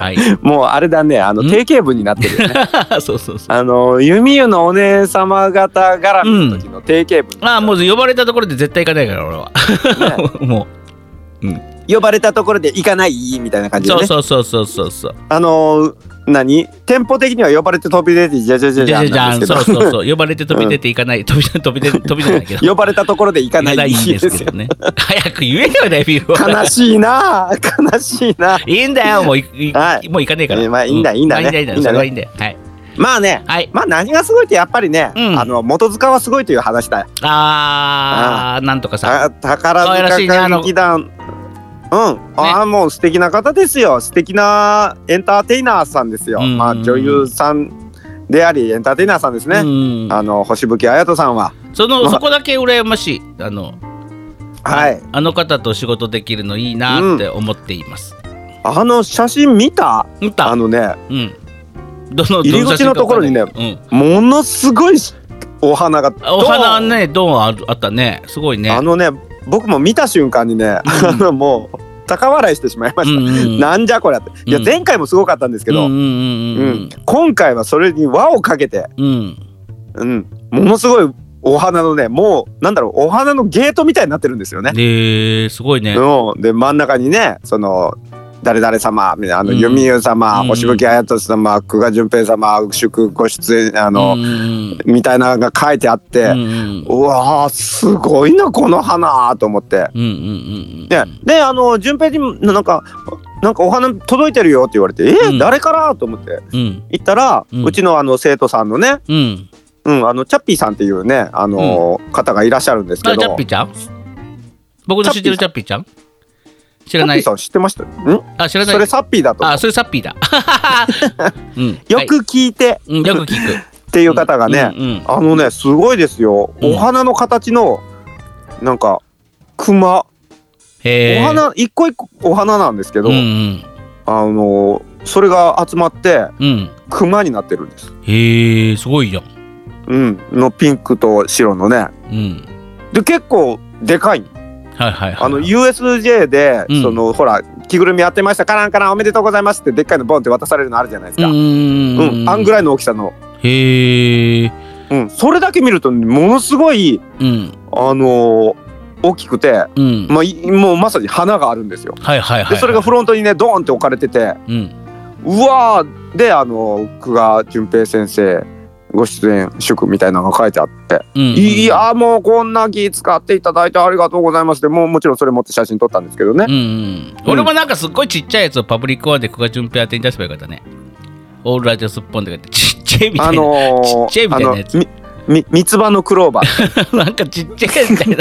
[SPEAKER 1] はい (laughs)
[SPEAKER 3] もうあれだねあの
[SPEAKER 1] ん
[SPEAKER 3] 定型文になってるよね
[SPEAKER 1] そうそうそう
[SPEAKER 3] あの弓湯のお姉様方絡みの時の定型文、
[SPEAKER 1] ああもう呼ばれたところで絶対行かないから俺は
[SPEAKER 3] ね
[SPEAKER 1] (laughs) も
[SPEAKER 3] 呼ばれたところで行かないみたいな感
[SPEAKER 1] う
[SPEAKER 3] じで
[SPEAKER 1] そう
[SPEAKER 3] ね
[SPEAKER 1] そうそうそうそうそう
[SPEAKER 3] あの何店舗的には呼ばれて飛び出てじゃじゃじ
[SPEAKER 1] じ
[SPEAKER 3] ゃじ
[SPEAKER 1] ゃ
[SPEAKER 3] ゃ
[SPEAKER 1] じゃじゃ
[SPEAKER 3] なん
[SPEAKER 1] ん、
[SPEAKER 3] ですけ
[SPEAKER 1] そ
[SPEAKER 3] ど
[SPEAKER 1] うそうそう、呼ばれて飛び出ていかない、飛び出飛び出
[SPEAKER 3] (laughs)
[SPEAKER 1] 飛び出ないけど。
[SPEAKER 3] 呼ばれたところで行かない
[SPEAKER 1] 行かんですけ
[SPEAKER 3] よ
[SPEAKER 1] どね。早く言えよレビューを。
[SPEAKER 3] 悲しいなあ悲しいなあ
[SPEAKER 1] いいんだよ、もういい
[SPEAKER 3] はい
[SPEAKER 1] もう行かねえから。
[SPEAKER 3] えーまあいいんだ
[SPEAKER 1] う
[SPEAKER 3] いいんだね
[SPEAKER 1] まあいいんだいいん
[SPEAKER 3] いい
[SPEAKER 1] だ
[SPEAKER 3] んだ
[SPEAKER 1] そ
[SPEAKER 3] ね
[SPEAKER 1] れはいいんだよ。はい
[SPEAKER 3] まあね
[SPEAKER 1] はい。
[SPEAKER 3] まあ何がすごいってやっぱりね、
[SPEAKER 1] うん
[SPEAKER 3] あの元塚はすごいという話だよ
[SPEAKER 1] あーなんとかさ。
[SPEAKER 3] あ宝
[SPEAKER 1] 可愛らしいね
[SPEAKER 3] 塚
[SPEAKER 1] あの
[SPEAKER 3] 歌劇団うん、ああもう素敵な方ですよ素敵なエンターテイナーさんですよ、
[SPEAKER 1] うん
[SPEAKER 3] まあ女優さんでありエンターテイナーさんですね、
[SPEAKER 1] うん、
[SPEAKER 3] あの星吹綾人さんは
[SPEAKER 1] そ
[SPEAKER 3] ま
[SPEAKER 1] の
[SPEAKER 3] あ
[SPEAKER 1] そこだけ羨ましいあの
[SPEAKER 3] はい、
[SPEAKER 1] あの方と仕事できるのいいなって思っています。
[SPEAKER 3] あの写真見た
[SPEAKER 1] 見た
[SPEAKER 3] あのね
[SPEAKER 1] うん。どの
[SPEAKER 3] 入り口のところにね
[SPEAKER 1] どの写真かわかんない
[SPEAKER 3] ものすごいお花が
[SPEAKER 1] うん。お花
[SPEAKER 3] ドーン
[SPEAKER 1] ね、ドーンあるあったね。すごいね。
[SPEAKER 3] あのね僕も見た瞬間にね、あの (laughs) もう高笑いしてしまいま
[SPEAKER 1] う
[SPEAKER 3] した、
[SPEAKER 1] んうん、
[SPEAKER 3] なんじゃこりゃっていや
[SPEAKER 1] うん
[SPEAKER 3] 前回もすごかったんですけど、
[SPEAKER 1] う
[SPEAKER 3] うんん
[SPEAKER 1] うんうん
[SPEAKER 3] 今回はそれに輪をかけて、
[SPEAKER 1] うん。うん。
[SPEAKER 3] うん、ものすごいお花のねもうなんだろうお花のゲートみたいになってるんですよね。
[SPEAKER 1] で、すごいね。
[SPEAKER 3] うん、で真ん中にねその誰々様みたいなあの、
[SPEAKER 1] うん
[SPEAKER 3] ユミユ様、
[SPEAKER 1] うん
[SPEAKER 3] 星吹綾人様久賀淳平様祝ご出演あの、
[SPEAKER 1] うんうん
[SPEAKER 3] みたいなのが書いてあって、
[SPEAKER 1] うんうん
[SPEAKER 3] うわーすごいなこの花と思って。
[SPEAKER 1] うんうんうん
[SPEAKER 3] でであの順平にもなんかなんかお花届いてるよって言われて、え
[SPEAKER 1] うん
[SPEAKER 3] ー、誰からと思って
[SPEAKER 1] うん
[SPEAKER 3] 行ったら、
[SPEAKER 1] う
[SPEAKER 3] うんちのあの生徒さんのね、
[SPEAKER 1] うん
[SPEAKER 3] うん、あのチャッピーさんっていうねあのー、方がいらっしゃるんですけ
[SPEAKER 1] あ
[SPEAKER 3] ど
[SPEAKER 1] チャッピーちゃん僕の知ってるチャッピーちゃん知らな
[SPEAKER 3] チ
[SPEAKER 1] い
[SPEAKER 3] ャッピーさん知ってましたん
[SPEAKER 1] あ知らない
[SPEAKER 3] それサッピーだと思
[SPEAKER 1] あそれサッピ
[SPEAKER 3] (laughs)
[SPEAKER 1] ーだうん
[SPEAKER 3] う
[SPEAKER 1] は
[SPEAKER 3] よ
[SPEAKER 1] い
[SPEAKER 3] く聞いて
[SPEAKER 1] うんよく聞く
[SPEAKER 3] っていう方がね、
[SPEAKER 1] うんうん
[SPEAKER 3] あのねすごいですよ、
[SPEAKER 1] うん
[SPEAKER 3] お花の形のなんか熊、
[SPEAKER 1] へー
[SPEAKER 3] お花一個一個お花なんですけど、
[SPEAKER 1] うんうん
[SPEAKER 3] あのーそれが集まって
[SPEAKER 1] うん
[SPEAKER 3] 熊になってるんです。
[SPEAKER 1] へえすごいじゃん
[SPEAKER 3] うん、のピンクと白のね
[SPEAKER 1] うん
[SPEAKER 3] で結構でかい
[SPEAKER 1] はいはいはい
[SPEAKER 3] あの USJ で、
[SPEAKER 1] うん
[SPEAKER 3] そのほら着ぐるみやってましたカランカランおめでとうございますってでっかいのボンって渡されるのあるじゃないです
[SPEAKER 1] うん
[SPEAKER 3] か、
[SPEAKER 1] う
[SPEAKER 3] うん
[SPEAKER 1] んうん
[SPEAKER 3] あんぐらいの大きさの、
[SPEAKER 1] へえ
[SPEAKER 3] うん、それだけ見るとものすごい
[SPEAKER 1] うん
[SPEAKER 3] あのー大きくて、
[SPEAKER 1] うん
[SPEAKER 3] まあ、いもうまさに花があるんですよ。
[SPEAKER 1] はいはいはい
[SPEAKER 3] でそれがフロントにねドーンって置かれてて
[SPEAKER 1] うん
[SPEAKER 3] うわーであの久我淳平先生ご出演祝みたいなのが書いてあって
[SPEAKER 1] うん
[SPEAKER 3] いやもうこんな木使っていただいてありがとうございますでもうもちろんそれ持って写真撮ったんですけどね
[SPEAKER 1] うん、うん、俺もなんかすっごいちっちゃいやつをパブリックワンで久我淳平宛てに出せばよかったね。オールライトスッポンでちっちゃいみた
[SPEAKER 3] あ
[SPEAKER 1] いな。
[SPEAKER 3] の
[SPEAKER 1] ち
[SPEAKER 3] ー、
[SPEAKER 1] っちゃいみたいなやつ
[SPEAKER 3] あのみみ三つ葉のクローバー
[SPEAKER 1] なんかちっちゃいみ
[SPEAKER 3] (laughs)
[SPEAKER 1] たいな。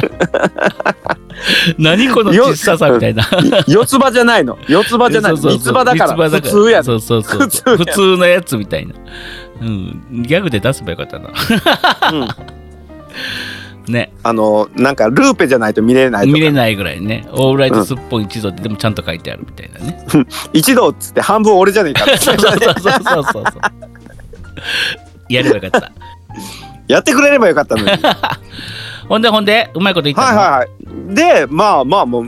[SPEAKER 1] 何この小ささみたいな。 (laughs)
[SPEAKER 3] 四つ葉じゃないの四つ葉じゃない
[SPEAKER 1] そうそうそう
[SPEAKER 3] 三つ葉だか
[SPEAKER 1] 三
[SPEAKER 3] ら普
[SPEAKER 1] つ葉
[SPEAKER 3] 通や
[SPEAKER 1] そうそうそう。
[SPEAKER 3] 普通や
[SPEAKER 1] 普通のやつみたいな。うん。ギャグで出せばよかったな。
[SPEAKER 3] うん
[SPEAKER 1] ね。
[SPEAKER 3] あのーなんかルーペじゃないと見れないと
[SPEAKER 1] 見
[SPEAKER 3] か
[SPEAKER 1] れないぐらいね。オールライトスッポン一度で、でもちゃんと書いてあるみたいなね。
[SPEAKER 3] 一度っつって半分俺じゃねえ
[SPEAKER 1] (laughs)
[SPEAKER 3] かっつ
[SPEAKER 1] そ
[SPEAKER 3] っ
[SPEAKER 1] う
[SPEAKER 3] て
[SPEAKER 1] そうそうそうそうそう。 (laughs) やればよかった。
[SPEAKER 3] やってくれればよかっ
[SPEAKER 1] (laughs)
[SPEAKER 3] たのにはい
[SPEAKER 1] ほんでほんで、うまいこと言ったの
[SPEAKER 3] はいはいでまあまあもう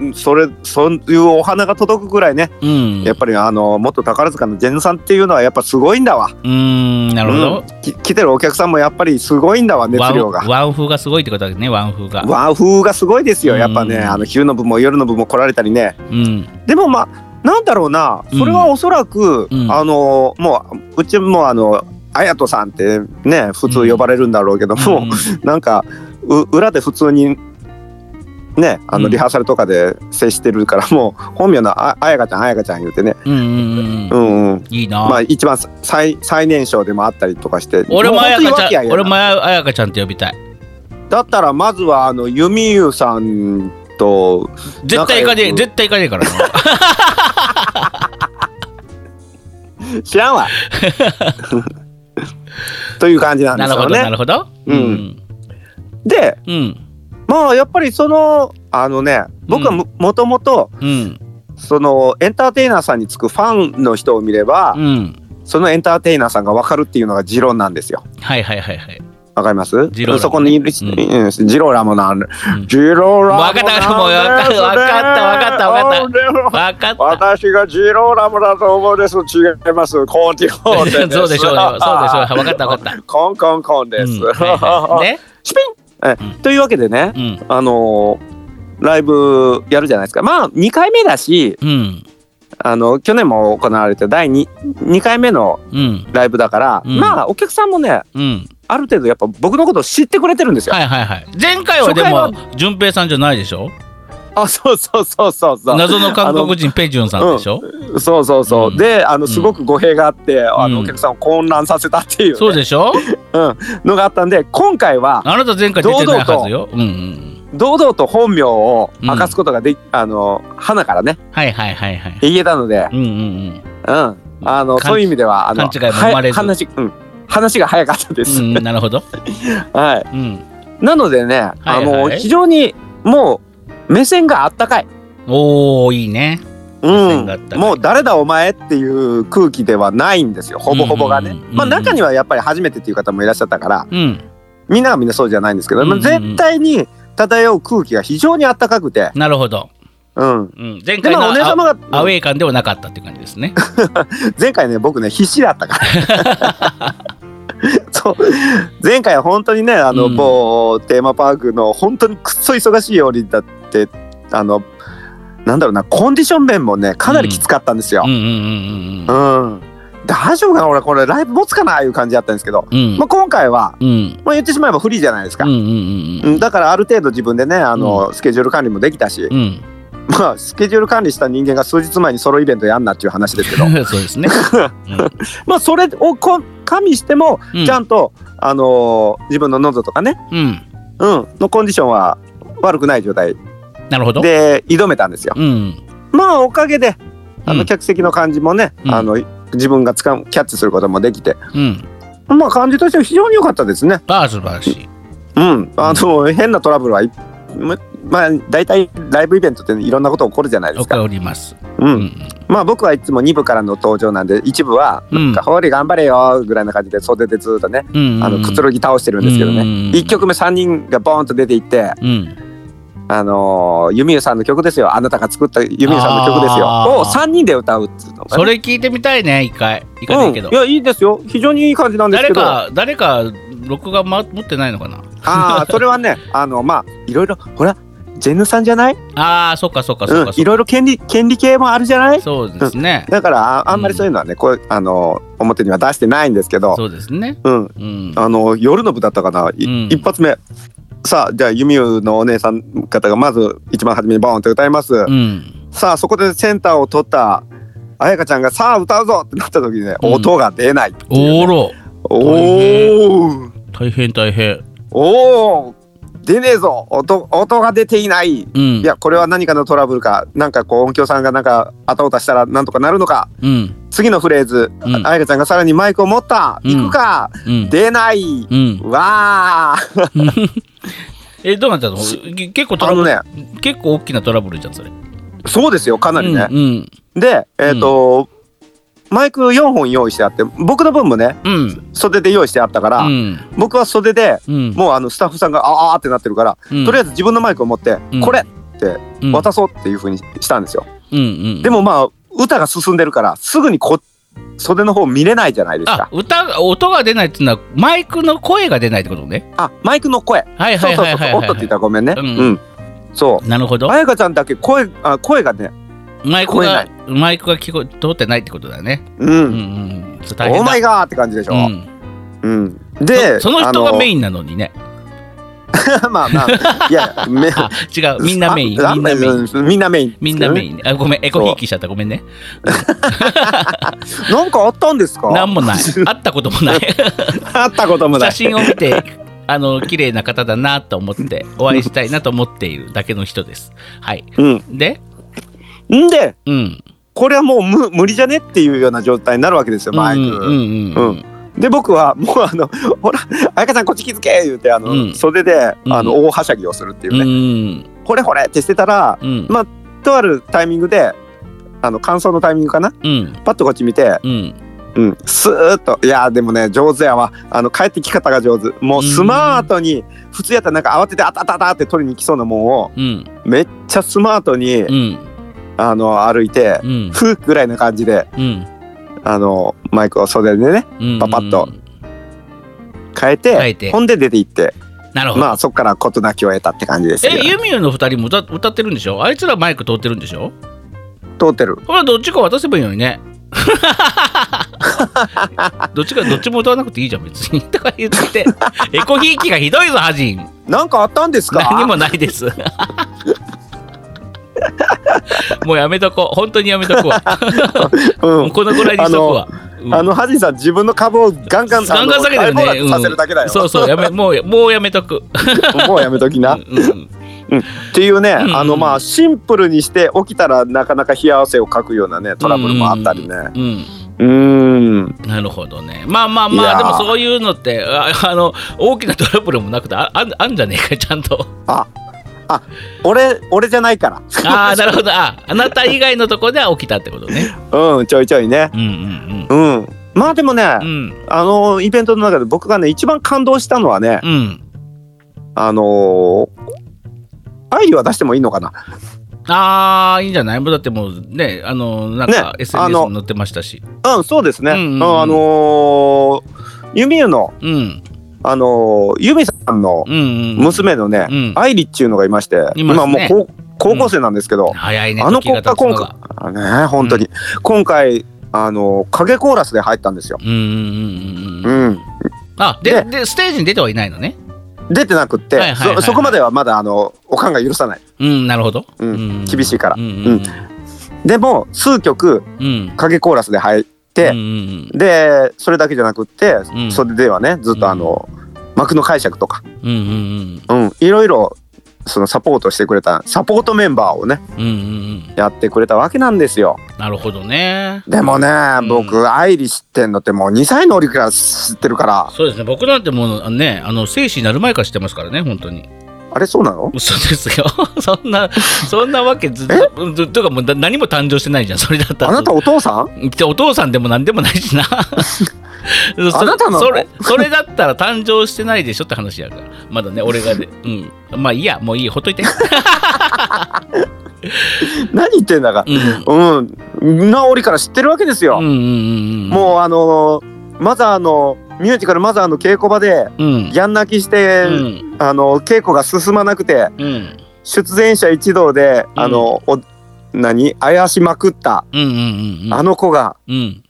[SPEAKER 3] うんそれそういうお花が届くぐらいね、
[SPEAKER 1] うん。
[SPEAKER 3] やっぱりあのーもっと宝塚のジェンさんっていうのはやっぱすごいんだわ
[SPEAKER 1] うーん、なるほど。
[SPEAKER 3] き来てるお客さんもやっぱりすごいんだわ熱
[SPEAKER 1] ワン
[SPEAKER 3] 量が。
[SPEAKER 1] ワン風がすごいってことだね、ワン風が。
[SPEAKER 3] 和風がすごいですよやっぱね
[SPEAKER 1] うん
[SPEAKER 3] あの昼の部も夜の部も来られたりね
[SPEAKER 1] うん。
[SPEAKER 3] でもまあなんだろうなそれはおそらく、
[SPEAKER 1] うん
[SPEAKER 3] あのもううちもあの綾人さんってね普通呼ばれるんだろうけども、 (laughs) なんかう裏で普通にねあ
[SPEAKER 1] う
[SPEAKER 3] の
[SPEAKER 1] ん
[SPEAKER 3] リハーサルとかで接してるから、もう本名のあ綾香ちゃん綾香ちゃん言うてね
[SPEAKER 1] うんうんうん
[SPEAKER 3] う
[SPEAKER 1] うん。
[SPEAKER 3] んうん
[SPEAKER 1] いいな。
[SPEAKER 3] まあ一番最最年少でもあったりとかして
[SPEAKER 1] 俺もあや
[SPEAKER 3] 本当に
[SPEAKER 1] か
[SPEAKER 3] 和
[SPEAKER 1] ち
[SPEAKER 3] 気
[SPEAKER 1] ゃ
[SPEAKER 3] あい
[SPEAKER 1] ん、
[SPEAKER 3] あいな
[SPEAKER 1] 俺もあやかちゃんって呼びたい。
[SPEAKER 3] だったらまずはあの弓優さんと
[SPEAKER 1] 絶対行かねえ、
[SPEAKER 3] 仲良く
[SPEAKER 1] 絶対行かねえ
[SPEAKER 3] (laughs)
[SPEAKER 1] からな。
[SPEAKER 3] 知ら
[SPEAKER 1] (laughs)
[SPEAKER 3] んわ (laughs) という感じなんで
[SPEAKER 1] な
[SPEAKER 3] す
[SPEAKER 1] るほ
[SPEAKER 3] よ
[SPEAKER 1] ど、な
[SPEAKER 3] ね。
[SPEAKER 1] るほど。
[SPEAKER 3] うん
[SPEAKER 1] ん。
[SPEAKER 3] で
[SPEAKER 1] うん。
[SPEAKER 3] まあやっぱりそのあのね僕はも,、ともと
[SPEAKER 1] うん。
[SPEAKER 3] そのエンターテイナーさんにつくファンの人を見れば、
[SPEAKER 1] うん。
[SPEAKER 3] そのエンターテイナーさんが分かるっていうのがジロンなんですよ。
[SPEAKER 1] はいはいはいはい。
[SPEAKER 3] わかります
[SPEAKER 1] ジローラモね
[SPEAKER 3] そこにいる、
[SPEAKER 1] う
[SPEAKER 3] うん、ジローラモなん
[SPEAKER 1] ん
[SPEAKER 3] ジローラモ
[SPEAKER 1] わかったもうわかったわかったわかったわ
[SPEAKER 3] か
[SPEAKER 1] わかった。
[SPEAKER 3] 私がジローラムだと思うんです。違います。コンティコンテで
[SPEAKER 1] (laughs)
[SPEAKER 3] す。
[SPEAKER 1] そうでしょうよ。そうでしょう。わかったわかった。
[SPEAKER 3] コンコンコン
[SPEAKER 1] う
[SPEAKER 3] です。
[SPEAKER 1] んはいはい
[SPEAKER 3] シュピン、え
[SPEAKER 1] うん
[SPEAKER 3] というわけでね、
[SPEAKER 1] ね。
[SPEAKER 3] あのーライブやるじゃないですか。まあ2回目だし、
[SPEAKER 1] うん。うん。
[SPEAKER 3] あの去年も行われて第 2, 2回目の
[SPEAKER 1] うん。
[SPEAKER 3] ライブだから、
[SPEAKER 1] うん
[SPEAKER 3] まあお客さんもね、
[SPEAKER 1] うん。
[SPEAKER 3] ある程度やっぱ僕のことを知ってくれてるんですよ。
[SPEAKER 1] はいはいはい。前回はで
[SPEAKER 3] 初
[SPEAKER 1] も、淳平さんじゃないでしょ
[SPEAKER 3] あ、そうそうそうそうそう。
[SPEAKER 1] 謎の韓国人ペジュンさんでしょ
[SPEAKER 3] そうそうそう。
[SPEAKER 1] うん
[SPEAKER 3] で、あの
[SPEAKER 1] ん
[SPEAKER 3] すごく語弊があって、あ
[SPEAKER 1] うん
[SPEAKER 3] のお客さんを混乱させたっていうね、
[SPEAKER 1] そうでしょ
[SPEAKER 3] のがあったんで、今回は
[SPEAKER 1] あなた前回出てないはずよ。うんうん
[SPEAKER 3] 堂々と本名を明かすことができ、あの花からね
[SPEAKER 1] はいはいはいはい。
[SPEAKER 3] 言えたので、
[SPEAKER 1] うんうん
[SPEAKER 3] うん、あの
[SPEAKER 1] 勘
[SPEAKER 3] そういう意味ではあの
[SPEAKER 1] 勘違いも生まれず
[SPEAKER 3] は話,、うん、話が早かったで
[SPEAKER 1] う
[SPEAKER 3] す、
[SPEAKER 1] ん。うん、なるほど。
[SPEAKER 3] はい、
[SPEAKER 1] うん。
[SPEAKER 3] なのでね、あの
[SPEAKER 1] はい
[SPEAKER 3] 非常にもう目線があったかい。
[SPEAKER 1] おー、いいね。
[SPEAKER 3] う
[SPEAKER 1] 目線
[SPEAKER 3] ん
[SPEAKER 1] があったか、い
[SPEAKER 3] もう誰だお前っていう空気ではないんですよほぼほぼがね、
[SPEAKER 1] うんうんうんうん
[SPEAKER 3] まあ中にはやっぱり初めてっていう方もいらっしゃったから
[SPEAKER 1] うん。
[SPEAKER 3] みんながみんなそうじゃないんですけど、
[SPEAKER 1] うんうんうん
[SPEAKER 3] まあ絶対に漂う空気が非常にあったかくて、
[SPEAKER 1] なるほど。
[SPEAKER 3] うん、
[SPEAKER 1] うん、前
[SPEAKER 3] で
[SPEAKER 1] 回の
[SPEAKER 3] まあお姉様
[SPEAKER 1] ア
[SPEAKER 3] が
[SPEAKER 1] アウェー感ではなかったっていう感じですね。
[SPEAKER 3] 前回ね僕ね必死だったから
[SPEAKER 1] (laughs)
[SPEAKER 3] そう前回は本当にねあの、
[SPEAKER 1] うん
[SPEAKER 3] 某テーマパークの本当にくっそ忙しいようにだってあのなんだろうなコンディション面もねかなりきつかったんですよ
[SPEAKER 1] うん、うんうんうん
[SPEAKER 3] うん、大丈夫かな俺これライブ持つかないう感じだったんですけど、
[SPEAKER 1] うん。うん
[SPEAKER 3] まあ、今回は、
[SPEAKER 1] うん
[SPEAKER 3] まあ、言ってしまえばフリーじゃないです
[SPEAKER 1] う
[SPEAKER 3] か、
[SPEAKER 1] んうんう
[SPEAKER 3] うんんだからある程度自分でねあの、スケジュール管理もできたし、
[SPEAKER 1] うん。
[SPEAKER 3] まあ、スケジュール管理した人間が数日前にソロイベントやんなっていう話ですけど
[SPEAKER 1] うん。そう
[SPEAKER 3] (laughs)
[SPEAKER 1] ですね。
[SPEAKER 3] まあそれをこ加味しても
[SPEAKER 1] うん
[SPEAKER 3] ちゃんと、あのー自分の喉とかね、
[SPEAKER 1] うん。
[SPEAKER 3] うん、のコンディションは悪くない状態
[SPEAKER 1] なるほど。
[SPEAKER 3] で挑めたんですよ。
[SPEAKER 1] うん。
[SPEAKER 3] まあおかげであ
[SPEAKER 1] う
[SPEAKER 3] の
[SPEAKER 1] ん
[SPEAKER 3] 客席の感じもね、
[SPEAKER 1] うん
[SPEAKER 3] あの自分がつかむキャッチすることもできて、
[SPEAKER 1] うん。
[SPEAKER 3] まあ感じとしては非常に良かったですね。
[SPEAKER 1] ああ、素晴らしい。
[SPEAKER 3] うん、あの変なトラブルはいむまあ大体ライブイベントっていろんなこと起こるじゃないで
[SPEAKER 1] わ
[SPEAKER 3] すか。
[SPEAKER 1] かります。
[SPEAKER 3] う、
[SPEAKER 1] うんん。
[SPEAKER 3] まあ僕はいつも2部からの登場なんで1部は「
[SPEAKER 1] うん。
[SPEAKER 3] ほり頑張れよ」ぐらいな感じで袖でずっとね
[SPEAKER 1] うん。
[SPEAKER 3] あのくつろぎ倒してるんですけどね。1曲目3人がボーンと出ていって、
[SPEAKER 1] うん。
[SPEAKER 3] あのー、ユミユさんの曲ですよあなたが作ったユミユさんの曲ですよ
[SPEAKER 1] あー
[SPEAKER 3] を3人で歌うっていうのがね
[SPEAKER 1] それ聞いてみたいね、一回。いかないけど
[SPEAKER 3] うん、い。やいいですよ非常にいい感じなんです
[SPEAKER 1] 誰
[SPEAKER 3] けど
[SPEAKER 1] か、誰か、録画ま持ってないのかな
[SPEAKER 3] あーそれはねあのまあいろいろほらジェヌさんじゃない
[SPEAKER 1] ああ、そっかそっかそっ
[SPEAKER 3] う
[SPEAKER 1] か
[SPEAKER 3] ん
[SPEAKER 1] そっ
[SPEAKER 3] い
[SPEAKER 1] か。
[SPEAKER 3] ろいろ権利権利系もあるじゃない
[SPEAKER 1] そうですね。
[SPEAKER 3] だからああんまりそういうのはね、こうあの表には出してないんですけど
[SPEAKER 1] そうですね。
[SPEAKER 3] う、ん、
[SPEAKER 1] うん。
[SPEAKER 3] あの夜の部だったかな、い
[SPEAKER 1] うん
[SPEAKER 3] 一発目さあじゃあユミユのお姉さん方がまず一番初めにボーンと歌います、
[SPEAKER 1] うん。
[SPEAKER 3] さあそこでセンターを取った彩香ちゃんが「さあ歌うぞ!」ってなった時にね、
[SPEAKER 1] うん
[SPEAKER 3] 音が出ないっていう
[SPEAKER 1] お
[SPEAKER 3] ね、
[SPEAKER 1] ろ。
[SPEAKER 3] おー
[SPEAKER 1] 大変大変。
[SPEAKER 3] おー出ねえぞ音音が出ていない
[SPEAKER 1] うん。
[SPEAKER 3] いやこれは何かのトラブルかなんかこう音響さんがなんかあたおたしたらなんとかなるのか
[SPEAKER 1] うん。
[SPEAKER 3] 次のフレーズ
[SPEAKER 1] うん
[SPEAKER 3] あ彩香ちゃんがさらにマイクを持った、
[SPEAKER 1] うん
[SPEAKER 3] 行くか
[SPEAKER 1] うん。
[SPEAKER 3] 出ない、
[SPEAKER 1] うん。
[SPEAKER 3] わあ
[SPEAKER 1] え、どうなったのけ結構ト
[SPEAKER 3] あ
[SPEAKER 1] ラ
[SPEAKER 3] の
[SPEAKER 1] ブル、
[SPEAKER 3] ね
[SPEAKER 1] 結構大きなトラブルじゃん、それ。
[SPEAKER 3] そうですよかなりね、
[SPEAKER 1] うん。
[SPEAKER 3] でえっ、と、マイク4本用意してあって僕の分もね
[SPEAKER 1] うん。うん。
[SPEAKER 3] 袖で用意してあったから、
[SPEAKER 1] うん。
[SPEAKER 3] 僕は袖で
[SPEAKER 1] うん。
[SPEAKER 3] もうあのスタッフさんがあーあーってなってるから、
[SPEAKER 1] うん
[SPEAKER 3] とりあえず自分のマイクを持って、
[SPEAKER 1] うん
[SPEAKER 3] これって
[SPEAKER 1] うん
[SPEAKER 3] 渡そうっていうふうにしたんですよ、
[SPEAKER 1] うんうん。
[SPEAKER 3] でもまあ歌が進んでるからすぐにこ袖の方見れないじゃないです
[SPEAKER 1] あ
[SPEAKER 3] か、
[SPEAKER 1] 歌が、音が出ないっていうのは、マイクの声が出ないってことね。
[SPEAKER 3] あマイクの声
[SPEAKER 1] はい
[SPEAKER 3] そ
[SPEAKER 1] は
[SPEAKER 3] う
[SPEAKER 1] い
[SPEAKER 3] そう
[SPEAKER 1] はい
[SPEAKER 3] そ
[SPEAKER 1] は
[SPEAKER 3] うそ
[SPEAKER 1] いうは
[SPEAKER 3] おっ
[SPEAKER 1] い
[SPEAKER 3] とって言ったらごめんね
[SPEAKER 1] う
[SPEAKER 3] うんん、そう
[SPEAKER 1] なるほど。
[SPEAKER 3] 彩香ちゃんだけ声あ声がね
[SPEAKER 1] マイク
[SPEAKER 3] 聞こえな
[SPEAKER 1] が
[SPEAKER 3] い、
[SPEAKER 1] マイクが聞こえ、通ってないってことだね。
[SPEAKER 3] う
[SPEAKER 1] うん
[SPEAKER 3] ん
[SPEAKER 1] うん。そう
[SPEAKER 3] オ
[SPEAKER 1] 大変
[SPEAKER 3] ー
[SPEAKER 1] だ
[SPEAKER 3] マイガーって感じでしょ、
[SPEAKER 1] う
[SPEAKER 3] うん
[SPEAKER 1] ん。
[SPEAKER 3] で
[SPEAKER 1] その人
[SPEAKER 3] あ
[SPEAKER 1] がメインなのにね。
[SPEAKER 3] (laughs) まあまあいやめ
[SPEAKER 1] あ、違う。みんなメイン。
[SPEAKER 3] あ
[SPEAKER 1] みんなメイン。
[SPEAKER 3] ンみんなメイン
[SPEAKER 1] みんなメ
[SPEAKER 3] ン
[SPEAKER 1] イン。あ、ごめん。エコひいきしちゃった。ごめんね。
[SPEAKER 3] なんかあったんですか
[SPEAKER 1] なんも
[SPEAKER 3] (laughs)
[SPEAKER 1] ない。会ったこともない。
[SPEAKER 3] あったこともない
[SPEAKER 1] 写真を見てあの綺麗な方だなと思ってお会いしたいなと思っているだけの人です。はい、
[SPEAKER 3] うん
[SPEAKER 1] で、
[SPEAKER 3] んで
[SPEAKER 1] うん、
[SPEAKER 3] これはもう無無理じゃねっていうような状態になるわけですよマイク。
[SPEAKER 1] うんうんうんうん
[SPEAKER 3] で僕はもうあの (laughs) 「ほら彩香さんこっち気づけ!」言うてあの、
[SPEAKER 1] うん
[SPEAKER 3] 袖で
[SPEAKER 1] うん
[SPEAKER 3] あの大はしゃぎをするっていう
[SPEAKER 1] う
[SPEAKER 3] ね
[SPEAKER 1] ん
[SPEAKER 3] 「ほれほれ!」ってしてたら
[SPEAKER 1] うん
[SPEAKER 3] とあるタイミングであの感想のタイミングかな
[SPEAKER 1] うん
[SPEAKER 3] パッとこっち見て、
[SPEAKER 1] うん
[SPEAKER 3] うん、スーッと「いやーでもね上手やわあの帰ってき方が上手もうスマートに、普通やったらなんか慌ててあたたたって取りに来そうなもんを
[SPEAKER 1] うん
[SPEAKER 3] めっちゃスマートに、
[SPEAKER 1] うん
[SPEAKER 3] あの歩いて、
[SPEAKER 1] うん
[SPEAKER 3] ふっぐらいな感じで
[SPEAKER 1] うん
[SPEAKER 3] あのマイクを袖でね
[SPEAKER 1] うん
[SPEAKER 3] パパッと変えて
[SPEAKER 1] 変えて
[SPEAKER 3] ほんで出て行って
[SPEAKER 1] なるほど。
[SPEAKER 3] まあそっから事なきを得たって感じですけど
[SPEAKER 1] えユミユの二人も歌歌ってるんでしょあいつらマイク通ってるんでしょ
[SPEAKER 3] 通ってる
[SPEAKER 1] これはどっちか渡せばいいのに
[SPEAKER 3] (laughs)
[SPEAKER 1] ねどっちかどっちも歌わなくていいじゃん別に (laughs) とか言ってエコひいきがひどいぞハジン
[SPEAKER 3] なんかあったんですか
[SPEAKER 1] 何もないです。もうやめとこう。本当にやめとこ
[SPEAKER 3] (laughs)
[SPEAKER 1] う。
[SPEAKER 3] (laughs) う
[SPEAKER 1] もうんこのぐらいにしとこうわ。うん
[SPEAKER 3] あのハジンさん自分の株をガンガン
[SPEAKER 1] ガンガン下げて
[SPEAKER 3] あ
[SPEAKER 1] る
[SPEAKER 3] のハイボ
[SPEAKER 1] ね
[SPEAKER 3] ール。させるだけだよ、
[SPEAKER 1] そうそう、やめ、もう、もうやめとく。
[SPEAKER 3] もうやめときな
[SPEAKER 1] うんうん
[SPEAKER 3] っていうね、
[SPEAKER 1] うん
[SPEAKER 3] あのまあシンプルにして起きたらなかなか冷や汗をかくようなねトラブルもあったりね
[SPEAKER 1] うん
[SPEAKER 3] うんん
[SPEAKER 1] なるほどね。まあまあ
[SPEAKER 3] い
[SPEAKER 1] ま
[SPEAKER 3] や
[SPEAKER 1] あ、
[SPEAKER 3] ー
[SPEAKER 1] でもそういうのって、あ (laughs) あの、大きなトラブルもなくて、ああんあんじゃねえか、ちゃんと。
[SPEAKER 3] 俺俺じゃないか
[SPEAKER 1] ああ、なるほど。ああなた以外のとこでは起きたってことね。
[SPEAKER 3] らうんちょいちょいね
[SPEAKER 1] うんうん
[SPEAKER 3] うんまあでもね、
[SPEAKER 1] うん。うん
[SPEAKER 3] あのイベントの中で僕がね一番感動したのはね
[SPEAKER 1] うん。
[SPEAKER 3] あのー、愛は出してもいいのかな
[SPEAKER 1] ああ、いいんじゃないもうだってもうね、あの、なん
[SPEAKER 3] ね
[SPEAKER 1] か SNS
[SPEAKER 3] あ
[SPEAKER 1] に
[SPEAKER 3] の
[SPEAKER 1] 載ってましたし。
[SPEAKER 3] うんそうですね、
[SPEAKER 1] う
[SPEAKER 3] うんん
[SPEAKER 1] うんうん
[SPEAKER 3] あのー、ユミユの
[SPEAKER 1] うん。
[SPEAKER 3] あのー、ユミさんの
[SPEAKER 1] うんうん。
[SPEAKER 3] 娘のね、
[SPEAKER 1] うん
[SPEAKER 3] 愛理っていうのがいまして
[SPEAKER 1] いますね
[SPEAKER 3] 今もう高高校生なんですけど、
[SPEAKER 1] 早いね、
[SPEAKER 3] あの
[SPEAKER 1] 時が経つのが。
[SPEAKER 3] あね本当に、今回あの影コーラスで入ったんですよ。
[SPEAKER 1] うんうんうんうん
[SPEAKER 3] う
[SPEAKER 1] うん。
[SPEAKER 3] ん、
[SPEAKER 1] あ、で、
[SPEAKER 3] で
[SPEAKER 1] で、ステージに出てはいないのね。
[SPEAKER 3] 出てなくって、
[SPEAKER 1] はいはいはいはい
[SPEAKER 3] そそこまではまだあのおかんが許さない
[SPEAKER 1] うん、なるほど。
[SPEAKER 3] うん
[SPEAKER 1] うん
[SPEAKER 3] 厳しいから
[SPEAKER 1] うんうん
[SPEAKER 3] でも数曲
[SPEAKER 1] うん。うん。
[SPEAKER 3] 影コーラスで入っ
[SPEAKER 1] うん
[SPEAKER 3] て、
[SPEAKER 1] うん
[SPEAKER 3] でそれだけじゃなくって、
[SPEAKER 1] ん
[SPEAKER 3] それではねずっとあの、幕の解釈とか、
[SPEAKER 1] うんうんうん
[SPEAKER 3] うん、いろいろそのサポートしてくれたサポートメンバーをね
[SPEAKER 1] うんうん
[SPEAKER 3] やってくれたわけなんですよ。
[SPEAKER 1] うん。なるほどね。
[SPEAKER 3] でもね、
[SPEAKER 1] ん
[SPEAKER 3] 僕愛理知ってんのってもう2歳の折から知ってるから
[SPEAKER 1] そうですね。僕なんてもうね、あの生死になる前から知ってますからね、本当に。
[SPEAKER 3] あれそうなの
[SPEAKER 1] そうですよ。 (laughs) そんな、そんなわけず、ずずとかもうだ何も誕生してないじゃん。それだったら。
[SPEAKER 3] あなたお父さん (laughs)
[SPEAKER 1] じゃあお父さんでも何でもないしな。そ
[SPEAKER 3] あなたなの
[SPEAKER 1] それそれだったら誕生してないでしょって話やからまだね俺がね、うん、まあいいやもういいほっ
[SPEAKER 3] (laughs)
[SPEAKER 1] といて、
[SPEAKER 3] 何言ってんだか
[SPEAKER 1] うん、うん
[SPEAKER 3] うん、な折から知ってるわけです
[SPEAKER 1] うん
[SPEAKER 3] よ。
[SPEAKER 1] うんうん
[SPEAKER 3] もうあのーマザーのミュージカルマザーの稽古場で
[SPEAKER 1] うん
[SPEAKER 3] やん泣きして、
[SPEAKER 1] うん
[SPEAKER 3] あの稽古が進まなくて
[SPEAKER 1] うんうん
[SPEAKER 3] 出演者一同で、
[SPEAKER 1] うん
[SPEAKER 3] あのお何怪しまくった、
[SPEAKER 1] うんうん
[SPEAKER 3] あの子が
[SPEAKER 1] うん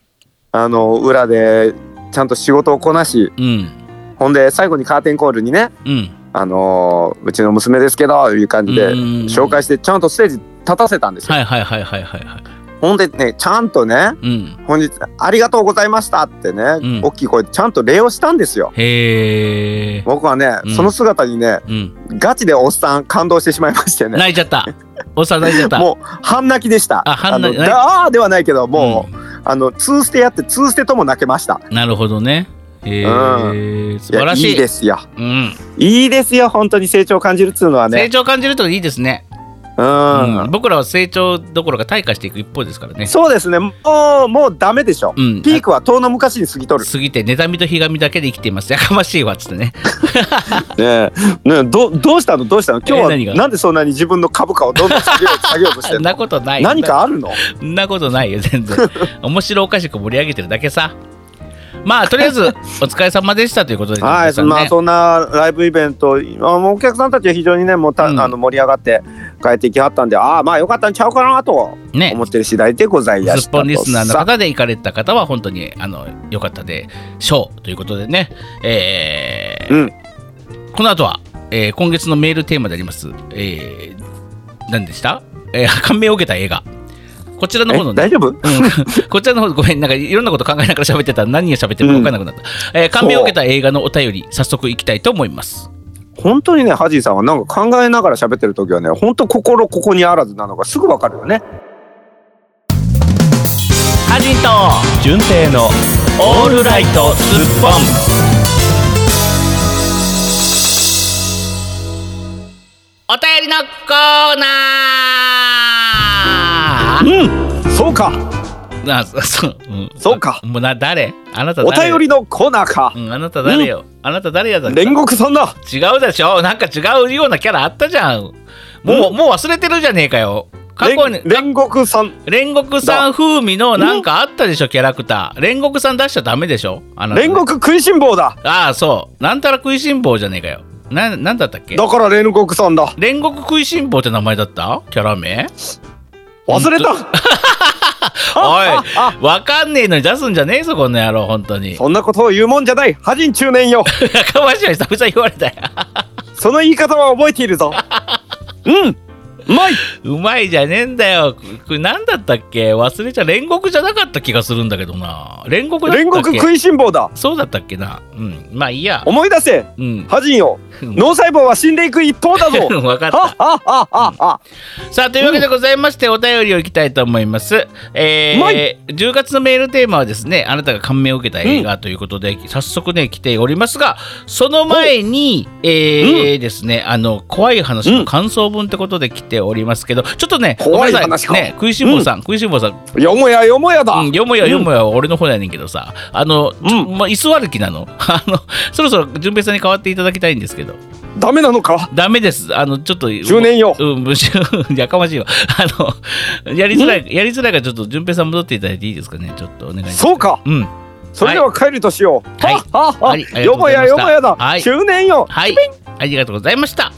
[SPEAKER 3] あの裏でちゃんと仕事をこなし
[SPEAKER 1] うん
[SPEAKER 3] ほんで最後にカーテンコールにね
[SPEAKER 1] うん
[SPEAKER 3] あのーうちの娘ですけどいう感じで
[SPEAKER 1] うん
[SPEAKER 3] 紹介してちゃんとステージ立たせたんですよ。
[SPEAKER 1] はいはいはいはいはいはい
[SPEAKER 3] ほんでねちゃんとね
[SPEAKER 1] うん
[SPEAKER 3] 本日ありがとうございましたってね、
[SPEAKER 1] ん
[SPEAKER 3] 大きい声でちゃんと礼をしたんですよ。
[SPEAKER 1] へえ
[SPEAKER 3] 僕はね、
[SPEAKER 1] うん
[SPEAKER 3] その姿にね
[SPEAKER 1] うん
[SPEAKER 3] ガチでおっさん感動してしまいましてね
[SPEAKER 1] 泣いちゃったおっさん泣いちゃった
[SPEAKER 3] もう半泣きでした
[SPEAKER 1] あ半泣き
[SPEAKER 3] あ
[SPEAKER 1] 泣
[SPEAKER 3] の
[SPEAKER 1] い
[SPEAKER 3] だあーではないけどもう、あのツーステやってツーステとも泣けました
[SPEAKER 1] うんなるほどねへえ素晴らし
[SPEAKER 3] や
[SPEAKER 1] い
[SPEAKER 3] いいですよ
[SPEAKER 1] うん
[SPEAKER 3] いいですよ本当に成長を感じるっつうのは
[SPEAKER 1] 成
[SPEAKER 3] ね
[SPEAKER 1] 長感じるといいですね
[SPEAKER 3] うん、
[SPEAKER 1] うん、僕らは成長どころか退化していく一方ですからね。
[SPEAKER 3] そうですねもうもうダメでしょ、
[SPEAKER 1] うん、
[SPEAKER 3] ピークは遠の昔に過ぎとる、
[SPEAKER 1] 過ぎて妬みとひがみだけで生きています。やかましいわっつって
[SPEAKER 3] (laughs)
[SPEAKER 1] ね。
[SPEAKER 3] ねえねえどどうしたのどうしたの今
[SPEAKER 1] え何
[SPEAKER 3] 日
[SPEAKER 1] が
[SPEAKER 3] はなんでそんなに自分の株価をどんどん下げよう下げようとして
[SPEAKER 1] (laughs) そ
[SPEAKER 3] る
[SPEAKER 1] ん
[SPEAKER 3] の
[SPEAKER 1] なことない。
[SPEAKER 3] 何かあるの
[SPEAKER 1] そんなことないよ全
[SPEAKER 3] (laughs)
[SPEAKER 1] 然。面白おかしく盛り上げてるだけさ。まあとりあえずお疲れ様でしたということで。
[SPEAKER 3] (laughs) はい、
[SPEAKER 1] 皆さんね
[SPEAKER 3] まあそんなライブイベント、あもうお客さんたちは非常にね、もうた、
[SPEAKER 1] うん
[SPEAKER 3] あの盛り上がって帰ってきはったんで、ああまあよかったんちゃうかなと
[SPEAKER 1] ね
[SPEAKER 3] 思ってる次第でございや
[SPEAKER 1] ス
[SPEAKER 3] し
[SPEAKER 1] ッ
[SPEAKER 3] た
[SPEAKER 1] ポ
[SPEAKER 3] と。
[SPEAKER 1] ンリスナーの
[SPEAKER 3] さ
[SPEAKER 1] 方で行かれた方は本当にあの良かったでしょうということでね、えー
[SPEAKER 3] うん
[SPEAKER 1] この後は、えー今月のメールテーマであります、えー、何でした、えー感銘を受けた映画こちらの方の
[SPEAKER 3] え
[SPEAKER 1] ね
[SPEAKER 3] 大丈夫？
[SPEAKER 1] うん (laughs) こちらの方ごめんなんかいろんなこと考えながら喋ってたら何を喋ってるか分からなくなった、えー感銘を受けた映画のお便り早速いきたいと思います
[SPEAKER 3] 本当にね、ハジーさんはなんか考えながら喋ってる時はね、本当心ここにあらずなのがすぐわかるよね。
[SPEAKER 1] アジンと純正のオールライトスッポンお便りのコーナー
[SPEAKER 3] うん、そうか。
[SPEAKER 1] あそそう、うん
[SPEAKER 3] そうか
[SPEAKER 1] もうな誰あなた
[SPEAKER 3] お
[SPEAKER 1] 誰
[SPEAKER 3] 便りのコーナーか。
[SPEAKER 1] うん、あなた誰よ、あなた誰やだ
[SPEAKER 3] 煉獄さんだ。
[SPEAKER 1] 違うでしょなんか違うようなキャラあったじゃんもう、もう忘れてるじゃねえかよ過去に
[SPEAKER 3] 煉煉獄さん、
[SPEAKER 1] 煉獄さん風味のなんかあったでしょキャラクター煉獄さん出しちゃダメでしょあなた
[SPEAKER 3] 煉獄食いしん坊だ。
[SPEAKER 1] ああそうなんたら食いしん坊じゃねえかよななんだったっけ
[SPEAKER 3] だから煉獄さんだ。
[SPEAKER 1] 煉獄食いしん坊って名前だったキャラ名
[SPEAKER 3] 忘れた。
[SPEAKER 1] おい
[SPEAKER 3] ああ
[SPEAKER 1] わかんねえのに出すんじゃねえぞこの野郎本当に
[SPEAKER 3] そんなことを言うもんじゃない。ハジン中年よ。
[SPEAKER 1] やかましいわ久々言われたよ
[SPEAKER 3] その言い方は覚えているぞ。うん。まいう
[SPEAKER 1] まいじゃねえんだよ。これ何だったっけ忘れちゃう煉獄じゃなかった気がするんだけどな。煉
[SPEAKER 3] (laughs)
[SPEAKER 1] 獄だったっけ
[SPEAKER 3] 煉獄食いしん坊だ
[SPEAKER 1] そうだったっけな。うん。まあいいや。
[SPEAKER 3] 思い出せ
[SPEAKER 1] うん。
[SPEAKER 3] ハジンよ
[SPEAKER 1] うん
[SPEAKER 3] 脳細胞は死んでいく一方だ
[SPEAKER 1] (laughs)
[SPEAKER 3] ぞ
[SPEAKER 1] わかった。
[SPEAKER 3] はっはっはっはっは
[SPEAKER 1] さあというわけでございまして、お便りをいきたいと思います、え
[SPEAKER 3] うま
[SPEAKER 1] ー、10月のメールテーマはですねあなたが感銘を受けた映画ということで、早速ね来ておりますがその前にえーですねあの怖い話の感想文ってことで来ておりますけどちょっとね
[SPEAKER 3] 怖
[SPEAKER 1] ごめ
[SPEAKER 3] い
[SPEAKER 1] んな
[SPEAKER 3] 話
[SPEAKER 1] さ
[SPEAKER 3] か
[SPEAKER 1] いね食いしん坊さん、食いしん坊さん、
[SPEAKER 3] よもやよもやだ
[SPEAKER 1] うん、よもやよもやは俺の方やねんけどさあの、ちょ
[SPEAKER 3] う
[SPEAKER 1] まあ、椅子歩きなの (laughs) あのそろそろ順平さんに代わっていただきたいんですけど
[SPEAKER 3] ダメなのか
[SPEAKER 1] ダメですあのちょっと
[SPEAKER 3] 10年よ
[SPEAKER 1] うん、むしろ (laughs) やかましいわ。あの、やりづらい、やりづらいから、ちょっと、順平さん戻っていただいていいですかね。ちょっとお願いします。
[SPEAKER 3] そうか
[SPEAKER 1] うん。
[SPEAKER 3] それでは帰るとしよう
[SPEAKER 1] はい
[SPEAKER 3] はっはっは
[SPEAKER 1] はいありがと
[SPEAKER 3] よ
[SPEAKER 1] うご
[SPEAKER 3] も
[SPEAKER 1] ざいま
[SPEAKER 3] や
[SPEAKER 1] した
[SPEAKER 3] よもやだ
[SPEAKER 1] はい
[SPEAKER 3] 9年よ
[SPEAKER 1] はい。ありがとうございました。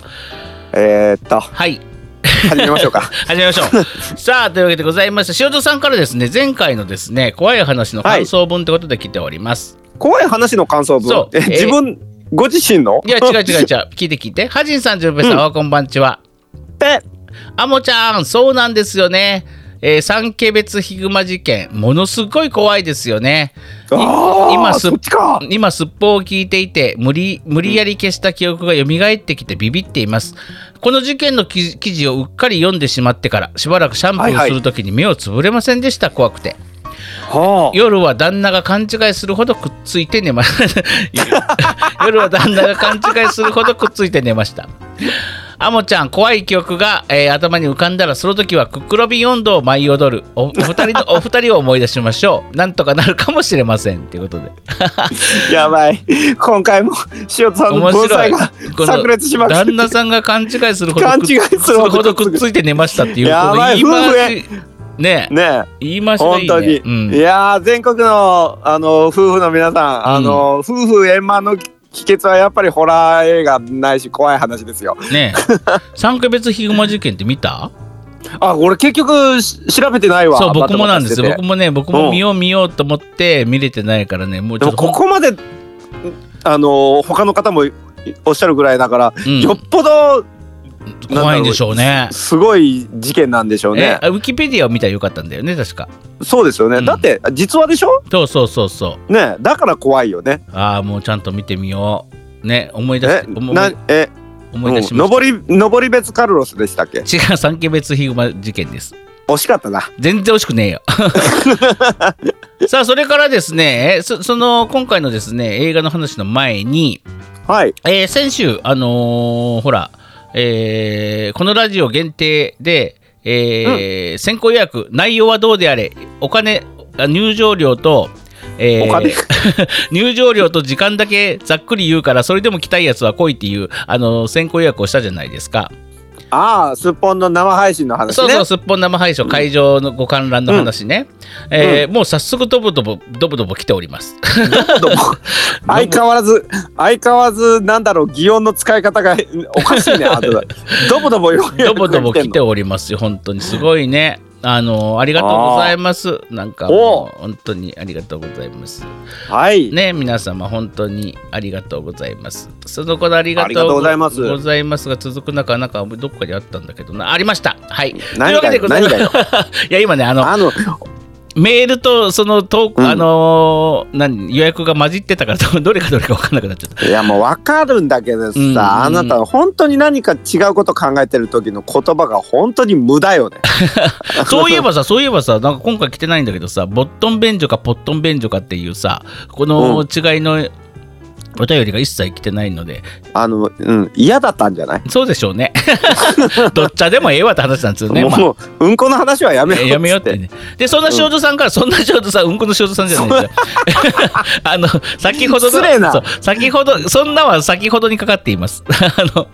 [SPEAKER 3] えーっと
[SPEAKER 1] はい。
[SPEAKER 3] 始めましょ
[SPEAKER 1] (laughs)
[SPEAKER 3] うか
[SPEAKER 1] 始めましょ
[SPEAKER 3] (laughs)
[SPEAKER 1] う。さあ、というわけでございまして、塩田さんからですね、前回のですね、怖い話の感想文ってことで来ております。
[SPEAKER 3] 怖い話の感想
[SPEAKER 1] そう
[SPEAKER 3] 文
[SPEAKER 1] え
[SPEAKER 3] え
[SPEAKER 1] ー
[SPEAKER 3] 自分ご自身の
[SPEAKER 1] い、や、違う違う違う。聞いて聞いて。はじんさん、順平さん、
[SPEAKER 3] うん
[SPEAKER 1] おこんばんちは。
[SPEAKER 3] って
[SPEAKER 1] あもちゃん、そうなんですよね。えー、三家別ヒグマ事件、ものすごい怖いですよね。
[SPEAKER 3] あー
[SPEAKER 1] 今す
[SPEAKER 3] そっちか
[SPEAKER 1] 今すっぽを聞いていて無理無理やり消した記憶が蘇ってきてビビっていますこの事件の記記事をうっかり読んでしまってからしばらくシャンプ
[SPEAKER 3] はい
[SPEAKER 1] ー
[SPEAKER 3] は
[SPEAKER 1] を
[SPEAKER 3] い
[SPEAKER 1] するときに目をつぶれませんでした、怖くて
[SPEAKER 3] はあ
[SPEAKER 1] 夜は旦那が勘違いするほどくっついて寝ました (laughs) 夜は旦那が勘違いするほどくっついて寝ましたアモちゃん怖い記憶が、えー頭に浮かんだらその時はクックロビン温度を舞い踊るおお二人 (laughs) のお二人を思い出しましょうなんとかなるかもしれませんということで
[SPEAKER 3] (laughs) やばい今回も塩田さんの
[SPEAKER 1] 面
[SPEAKER 3] 文
[SPEAKER 1] 白
[SPEAKER 3] 才
[SPEAKER 1] い
[SPEAKER 3] が
[SPEAKER 1] この
[SPEAKER 3] 炸裂しまくって
[SPEAKER 1] 旦那さんが勘違いするほど
[SPEAKER 3] 勘違いするほど
[SPEAKER 1] ほどくっついて寝ましたっていう
[SPEAKER 3] や
[SPEAKER 1] この
[SPEAKER 3] ば
[SPEAKER 1] 言
[SPEAKER 3] い
[SPEAKER 1] い回しねえ
[SPEAKER 3] ねえ
[SPEAKER 1] 言い回しがい
[SPEAKER 3] 本
[SPEAKER 1] い
[SPEAKER 3] 当に、
[SPEAKER 1] ね、うん
[SPEAKER 3] いやー全国のあの夫婦の皆さんあの、夫婦円満の秘訣はやっぱりホラー映画ないし怖い話ですよ
[SPEAKER 1] ねえ三ヶ別ヒグマ事件って見た
[SPEAKER 3] あ俺結局し調べてないわ
[SPEAKER 1] そう僕もなんですよ
[SPEAKER 3] バタ
[SPEAKER 1] 僕
[SPEAKER 3] バ
[SPEAKER 1] もね僕
[SPEAKER 3] う
[SPEAKER 1] も
[SPEAKER 3] ん
[SPEAKER 1] 見よう見ようと思って見れてないからねもうち
[SPEAKER 3] タしててで
[SPEAKER 1] ょっ
[SPEAKER 3] も
[SPEAKER 1] と
[SPEAKER 3] ここまであの他の方もおっしゃるぐらいだから、
[SPEAKER 1] うん
[SPEAKER 3] よっぽど
[SPEAKER 1] 怖いんでしょうね
[SPEAKER 3] すごい事件なんでしょう
[SPEAKER 1] え
[SPEAKER 3] ね
[SPEAKER 1] あウィキペディアを見たらよかったんだよね確か
[SPEAKER 3] そうですよね、
[SPEAKER 1] うん
[SPEAKER 3] だって実話でしょ
[SPEAKER 1] そうそうそうそう
[SPEAKER 3] ねだから怖いよね
[SPEAKER 1] ああもうちゃんと見てみようね思い出
[SPEAKER 3] え
[SPEAKER 1] し思い
[SPEAKER 3] なえ
[SPEAKER 1] 思い出し
[SPEAKER 3] うん
[SPEAKER 1] まし
[SPEAKER 3] 上り上り別カルロスでしたっけ
[SPEAKER 1] た違う三ヶ別ヒグマ事件です
[SPEAKER 3] 惜しかったな
[SPEAKER 1] 全然惜しくねえ
[SPEAKER 3] (laughs)
[SPEAKER 1] よ。さあそれからですねえそその今回のですね映画の話の前に、
[SPEAKER 3] はい
[SPEAKER 1] えー先週あのーほら、えーこのラジオ限定で、えー先行予約内容はどうであれお金あ入場料と、えー
[SPEAKER 3] お金
[SPEAKER 1] (laughs) 入場料と時間だけざっくり言うからそれでも来たいやつは来いっていう、あのー先行予約をしたじゃないですか。
[SPEAKER 3] ああ、すっぽんの生配信の話ね。
[SPEAKER 1] そうそう、すっぽん生配信会場のご観覧の話ね、えーもう早速どぼどぼどぼどぼ来ております。(laughs)
[SPEAKER 3] どうも相変わらず、相変わらず、なんだろう、擬音の使い方が (laughs) おか
[SPEAKER 1] (laughs)
[SPEAKER 3] しいね。あとだどぼどぼよ。
[SPEAKER 1] どぼどぼ来て
[SPEAKER 3] お
[SPEAKER 1] おりますよ本当にすごいね。あのーありがとうございます。なんかもう本当にありがとうございます。
[SPEAKER 3] はい。
[SPEAKER 1] ね皆様本当にありがとうございます。そのことありが
[SPEAKER 3] ありがと
[SPEAKER 1] と
[SPEAKER 3] う
[SPEAKER 1] う
[SPEAKER 3] ございます
[SPEAKER 1] ございますが続く中なんかどっかにあったんだけどなありました。はい。
[SPEAKER 3] 何
[SPEAKER 1] と
[SPEAKER 3] が
[SPEAKER 1] いうわけでご
[SPEAKER 3] よ
[SPEAKER 1] ざいます。 (laughs) い
[SPEAKER 3] 何
[SPEAKER 1] や今ねあの
[SPEAKER 3] あの、
[SPEAKER 1] メールとそのトーク、
[SPEAKER 3] うん
[SPEAKER 1] あのー何予約が混じってたから多分どれかどれか分かんなくなっちゃった。
[SPEAKER 3] いやもう分かるんだけど
[SPEAKER 1] うん
[SPEAKER 3] さ、あなたは本当に何か違うこと考えてる時の言葉が本当に無駄よね。 (laughs)
[SPEAKER 1] そういえばさ、そういえばさ、なんか今回来てないんだけどさ、ボットン便所かポットン便所かっていうさ、この
[SPEAKER 3] う
[SPEAKER 1] 違いのお便りが一切来てないので、
[SPEAKER 3] あの、うん、嫌だったんじゃない
[SPEAKER 1] そうでしょうね。 (laughs) どっちゃでもええわって話なんですよね。まあ
[SPEAKER 3] もう、うんこの話はやめようっつ
[SPEAKER 1] やめようってね。で、そんな塩田さんから、そんな塩田さん、うんこの塩田さんじゃないですよ。 (laughs) あの、先ほどの、
[SPEAKER 3] 失礼な
[SPEAKER 1] そう先ほど、そんなは先ほどにかかっています。 (laughs) あの、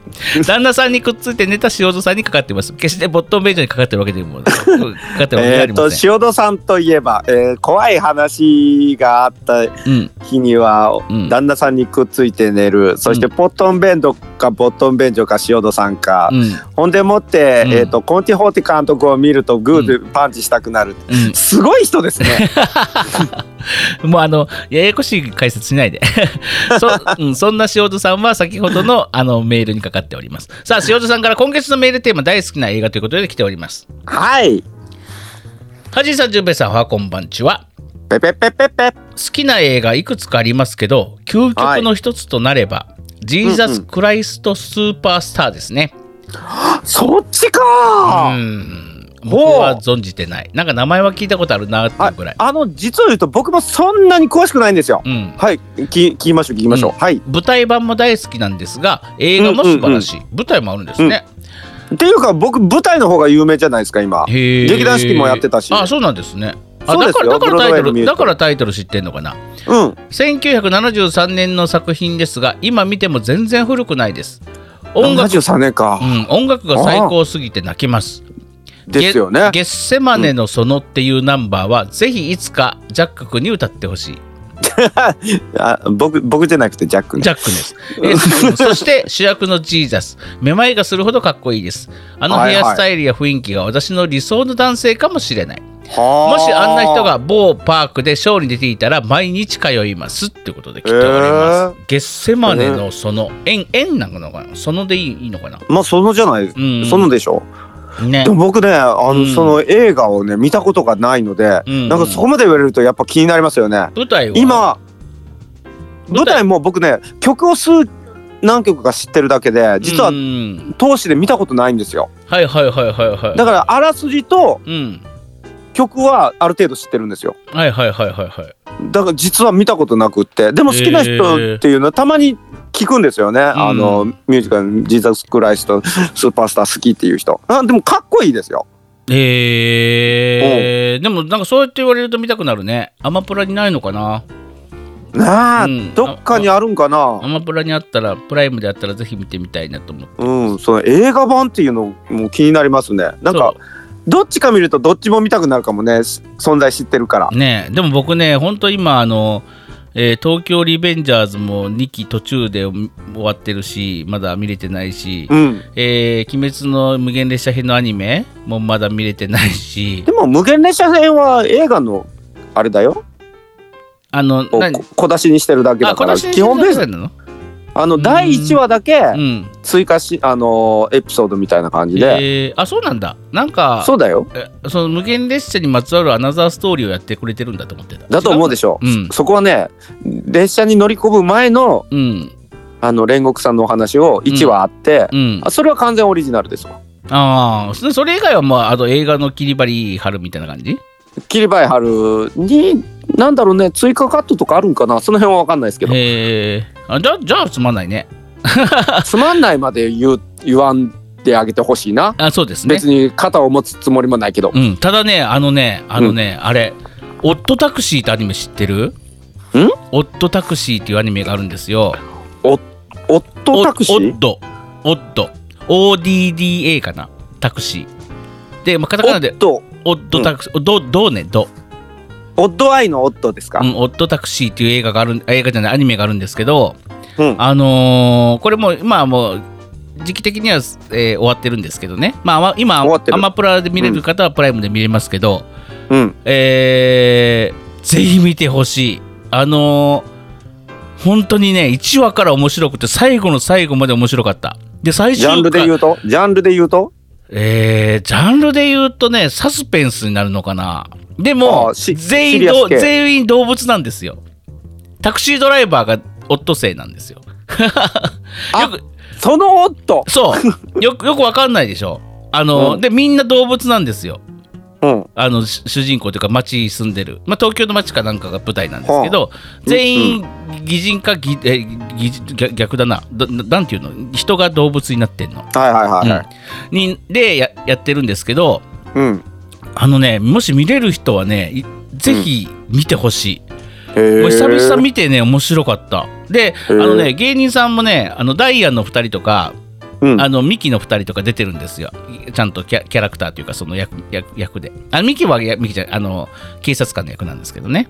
[SPEAKER 1] 旦那さんにくっついて寝た塩田さんにかかっています。決してボットンベイジョにかかってるわけでも、かかってるわけではあ
[SPEAKER 3] え
[SPEAKER 1] り
[SPEAKER 3] っと
[SPEAKER 1] ません。
[SPEAKER 3] 塩戸さんといえば、えー怖い話があった
[SPEAKER 1] うん、
[SPEAKER 3] 日には
[SPEAKER 1] ん
[SPEAKER 3] 旦那さんににくっついて寝るそしてポットンベンドかボットンベンジョか塩戸さんか、
[SPEAKER 1] うん
[SPEAKER 3] ほんでもって、
[SPEAKER 1] うん
[SPEAKER 3] えー、とコンティ・ホーティ監督を見るとグーでパンチしたくなる、すごい人ですね
[SPEAKER 1] うん、もうあのややこしい解説しないで (laughs) そ,、うん、そんな塩津さんは先ほどのあのメールにかかっておりますさあ塩津さんから今月のメールテーマ大好きな映画ということで来ております
[SPEAKER 3] はい
[SPEAKER 1] はじいさんじゅんべいさんおはこんばんちは
[SPEAKER 3] ペペペペペ
[SPEAKER 1] 好きな映画いくつかありますけど究極の一つとなれば、ジーザス・クライスト・スーパースターですね。
[SPEAKER 3] そっち
[SPEAKER 1] う
[SPEAKER 3] か、
[SPEAKER 1] ん、僕は存じてない。なんか名前は聞いたことあるなっていうぐらい。
[SPEAKER 3] あの実を言うと僕もそんなに詳しくないんですよ、
[SPEAKER 1] うん、
[SPEAKER 3] はいき聞きましょう聞きましょう、
[SPEAKER 1] うん
[SPEAKER 3] はい
[SPEAKER 1] 舞台版も大好きなんですが映画も素晴らしい、舞台もあるんですね、
[SPEAKER 3] っていうか僕舞台の方が有名じゃないですか今
[SPEAKER 1] へえ
[SPEAKER 3] 劇団四季もやってたし
[SPEAKER 1] あそうなんですねあ
[SPEAKER 3] そう
[SPEAKER 1] だ
[SPEAKER 3] です
[SPEAKER 1] から
[SPEAKER 3] よ
[SPEAKER 1] だからタイト
[SPEAKER 3] ブロードウェイのミュ
[SPEAKER 1] ル
[SPEAKER 3] ージカ
[SPEAKER 1] だ
[SPEAKER 3] ル
[SPEAKER 1] からタイトル知ってんのかな
[SPEAKER 3] うん
[SPEAKER 1] 1973年の作品ですが今見ても全然古くないです音楽,、
[SPEAKER 3] 73年か
[SPEAKER 1] う、ん、音楽が最高すぎて泣きます
[SPEAKER 3] ですよね
[SPEAKER 1] ゲゲッセマネのそのっていうナンバーは、ぜひいつかジャック君に歌ってほしい
[SPEAKER 3] あ僕僕じゃなくてジャックね
[SPEAKER 1] ジャック
[SPEAKER 3] (laughs)
[SPEAKER 1] です。えーそして主役のジーザス。めまいがするほどかっこいいです。あの
[SPEAKER 3] はい
[SPEAKER 1] ヘ
[SPEAKER 3] はい
[SPEAKER 1] アスタイルや雰囲気が私の理想の男性かもしれない。
[SPEAKER 3] も
[SPEAKER 1] もしあんな人が某パークでショーに出ていたら毎日通いますってことで来ております。ゲッセマネのその、円、円なのかなそのでいいいいのかな
[SPEAKER 3] まあそのじゃない、
[SPEAKER 1] うん。
[SPEAKER 3] そのでしょ
[SPEAKER 1] ね
[SPEAKER 3] で。も僕ねあの、
[SPEAKER 1] うん
[SPEAKER 3] その映画をね見たことがないので、
[SPEAKER 1] うん
[SPEAKER 3] なんかそこまで言われるとやっぱ気になりますよね、
[SPEAKER 1] 舞台は
[SPEAKER 3] 今
[SPEAKER 1] 舞台
[SPEAKER 3] 舞台も僕ね曲を数何曲か知ってるだけで実は
[SPEAKER 1] うん
[SPEAKER 3] 通しで見たことないんですよ
[SPEAKER 1] はいはいはいはいはい。
[SPEAKER 3] だからあらすじと
[SPEAKER 1] うん。
[SPEAKER 3] 曲はある程度知ってるんですよ
[SPEAKER 1] はいはいはいはいはい。
[SPEAKER 3] だから実は見たことなくってでも好きな人っていうのはたまに聞くんですよね、あのミュージカル「ジーザス・クライスト・スーパースター好き」っていう人あでもかっこいいですよ
[SPEAKER 1] えー、でもなんかそうやって言われると見たくなるね。アマプラにないのかな
[SPEAKER 3] なあ、
[SPEAKER 1] うん
[SPEAKER 3] どっかにあるんか
[SPEAKER 1] ア
[SPEAKER 3] な
[SPEAKER 1] マプラにあったら、プライムであったらぜひ見てみたいなと思って。
[SPEAKER 3] うんその映画版っていうのも気になりますねなんかどっちか見るとどっちも見たくなるかもねし存在知ってるから
[SPEAKER 1] そうねえでも僕ね、本当今、あの、えー東京リベンジャーズも2期途中で終わってるし、まだ見れてないし、
[SPEAKER 3] うん
[SPEAKER 1] えー鬼滅の無限列車編のアニメもまだ見れてないし
[SPEAKER 3] で、も無限列車編は映画のあれだよ
[SPEAKER 1] あの、
[SPEAKER 3] こ
[SPEAKER 1] 何
[SPEAKER 3] 小出しにしてるだけだか
[SPEAKER 1] 小
[SPEAKER 3] ら
[SPEAKER 1] 出しに
[SPEAKER 3] 基本ベー
[SPEAKER 1] してる
[SPEAKER 3] ス
[SPEAKER 1] だけなの
[SPEAKER 3] あの
[SPEAKER 1] ん
[SPEAKER 3] 第1話だけ
[SPEAKER 1] うん。
[SPEAKER 3] 追加し、あのーエピソードみたいな感じで、
[SPEAKER 1] えーあ、そうなんだ。なんか、
[SPEAKER 3] そうだよ
[SPEAKER 1] えその無限列車にまつわるアナザーストーリーをやってくれてるんだと思ってた。
[SPEAKER 3] だと思うでしょ
[SPEAKER 1] 違うのうん
[SPEAKER 3] そこはね列車に乗り込む前の
[SPEAKER 1] うん
[SPEAKER 3] あの煉獄さんのお話を1話あって、
[SPEAKER 1] うん
[SPEAKER 3] あそれは完全オリジナルですわ
[SPEAKER 1] ああそそれ以外はまああと映画の切り張り貼るみたいな感じ
[SPEAKER 3] 桐林春に何だろうね追加カットとかあるんかなその辺は分かんないですけど
[SPEAKER 1] へえあじゃあじゃあつまんないね
[SPEAKER 3] つまんないまで言う言わんであげてほしいな、
[SPEAKER 1] あそうですね
[SPEAKER 3] 別に肩を持つつもりもないけど
[SPEAKER 1] うんただねあのねあのね、あれ「オットタクシー」ってアニメ知ってるオットタクシーっていうアニメがあるんですよ
[SPEAKER 3] オットタクシ
[SPEAKER 1] オ
[SPEAKER 3] ー
[SPEAKER 1] ットオット ODDA かなタクシーで、まあ、カタカナで
[SPEAKER 3] ト
[SPEAKER 1] オットタクシー、どどうねど
[SPEAKER 3] オッドアイのオットですか、
[SPEAKER 1] うん、オットタクシーっていう映画がある映画じゃないアニメがあるんですけど、
[SPEAKER 3] うん
[SPEAKER 1] あのーこれも今はもう時期的には、えー終わってるんですけどね、まああわ、今
[SPEAKER 3] 終わってる
[SPEAKER 1] アマプラで見れる方はプライムで見れますけど、
[SPEAKER 3] うん
[SPEAKER 1] えーぜひ見てほしいあのー本当にね1話から面白くて最後の最後まで面白かったで最終
[SPEAKER 3] ジャンルで言
[SPEAKER 1] う
[SPEAKER 3] うとジャンルで言うと
[SPEAKER 1] えージャンルで言うとねサスペンスになるのかなで
[SPEAKER 3] あ
[SPEAKER 1] も
[SPEAKER 3] ーし
[SPEAKER 1] 全
[SPEAKER 3] シ
[SPEAKER 1] 員
[SPEAKER 3] リアス
[SPEAKER 1] ど
[SPEAKER 3] 系
[SPEAKER 1] 全員動物なんですよタクシードライバーがオットセイなんですよ (laughs)
[SPEAKER 3] あ
[SPEAKER 1] よく
[SPEAKER 3] そのオット
[SPEAKER 1] そうよくよくわかんないでしょあの、
[SPEAKER 3] うん
[SPEAKER 1] でみんな動物なんですよ
[SPEAKER 3] うん
[SPEAKER 1] あのし主人公というか町に住んでる、まあ、東京の町かなんかが舞台なんですけど、全員擬人化擬え擬人逆逆だなどなんていうの人が動物になってんの、
[SPEAKER 3] はいはいはいはい
[SPEAKER 1] うんにでややってるんですけど
[SPEAKER 3] うん、
[SPEAKER 1] あのねもし見れる人はねいぜひ見てほしい、
[SPEAKER 3] へえ
[SPEAKER 1] もう久々見てね面白かったであ
[SPEAKER 3] ー
[SPEAKER 1] のね芸人さんもねあのダイアンの2人とか
[SPEAKER 3] うん
[SPEAKER 1] あのミキの2人とか出てるんですよちゃんとキャキャラクターというかその役役役であのミキはやミキじゃないあの警察官の役なんですけどね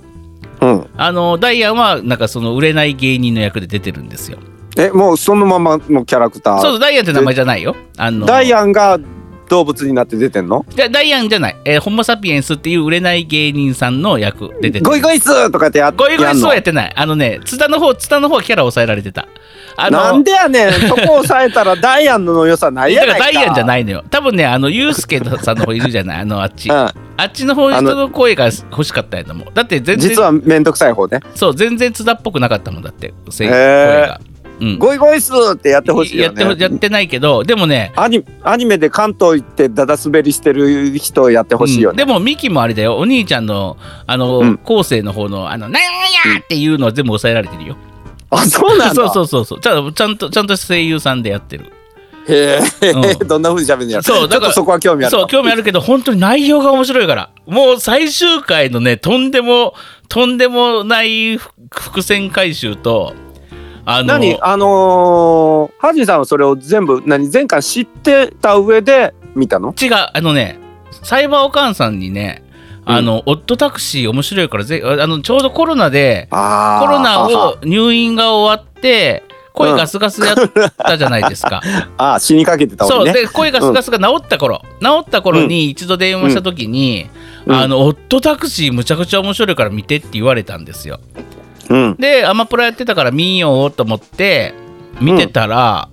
[SPEAKER 3] うん
[SPEAKER 1] あのダイアンはなんかその売れない芸人の役で出てるんですよ。
[SPEAKER 3] えもうそのままのキャラクター
[SPEAKER 1] そうそうダイアンって名前じゃないよ。あの
[SPEAKER 3] ダイ
[SPEAKER 1] ン
[SPEAKER 3] アンが動物になって出てんの
[SPEAKER 1] じゃダイアンじゃない、えーホモ・サピエンスっていう売れない芸人さんの役で出てる。
[SPEAKER 3] ゴイゴイスーとかってや
[SPEAKER 1] ゴイゴ
[SPEAKER 3] や
[SPEAKER 1] イ
[SPEAKER 3] んの
[SPEAKER 1] そうやってない。あのね、津田の方、津田の方はキャラ抑えられてた。あの
[SPEAKER 3] なんでやねんそこ抑えたらダイアンの良さない
[SPEAKER 1] だ
[SPEAKER 3] や
[SPEAKER 1] から
[SPEAKER 3] ないか
[SPEAKER 1] ダイアンじゃ
[SPEAKER 3] い
[SPEAKER 1] ないのよ。多分ね、あの、ユースケさんの方いるじゃない、あの、あっち。あ
[SPEAKER 3] う
[SPEAKER 1] っちの方の
[SPEAKER 3] あ
[SPEAKER 1] 人
[SPEAKER 3] の
[SPEAKER 1] の声が欲しかったやと思う。だって全
[SPEAKER 3] ん、実
[SPEAKER 1] 然、
[SPEAKER 3] は面倒くさい方ね
[SPEAKER 1] そう、全然津田っぽくなかったもんだって、声
[SPEAKER 3] へー
[SPEAKER 1] 声が。うん。
[SPEAKER 3] ゴイゴイスーってやってほしい
[SPEAKER 1] や
[SPEAKER 3] よ
[SPEAKER 1] ってほ
[SPEAKER 3] ね
[SPEAKER 1] やってないけど、でもね、
[SPEAKER 3] アニアニメで関東行ってダダ滑りしてる人をやってほしいよ
[SPEAKER 1] うん
[SPEAKER 3] ね、
[SPEAKER 1] でもミキもあれだよ、お兄ちゃんの、あの、
[SPEAKER 3] うん
[SPEAKER 1] 後世の方の、あの、なんやっていうのは全部抑えられてるよ。
[SPEAKER 3] あそうなんだ
[SPEAKER 1] そうそうそうそうちゃん。ちゃんと、ちゃんと声優さんでやってる。
[SPEAKER 3] へえ、
[SPEAKER 1] うん
[SPEAKER 3] どんなふうに喋るんやろ
[SPEAKER 1] そうだから
[SPEAKER 3] ちょっとそこは興味ある
[SPEAKER 1] そう、興味あるけど、本当に内容が面白いから。もう最終回のね、とんでも、とんでもない伏伏線回収と、あの、
[SPEAKER 3] 何あのー、ハジンさんはそれを全部何前回知ってた上で見たの
[SPEAKER 1] 違う、あのね、サイバーおかんさんにね、あの、オットタクシー面白いからぜ、あの、ちょうどコロナで、
[SPEAKER 3] あー
[SPEAKER 1] コロナを入院が終わって、声ガスガスやったじゃないですか。
[SPEAKER 3] ああ死にかけて (laughs) た
[SPEAKER 1] そ
[SPEAKER 3] わ
[SPEAKER 1] う
[SPEAKER 3] けね
[SPEAKER 1] で声がスカスカ治った頃、治った頃に一度電話した時に、
[SPEAKER 3] うん
[SPEAKER 1] あの「オットタクシーむちゃくちゃ面白いから見て」って言われたんですよ
[SPEAKER 3] うん
[SPEAKER 1] でアマプラやってたから見ようと思って見てたら、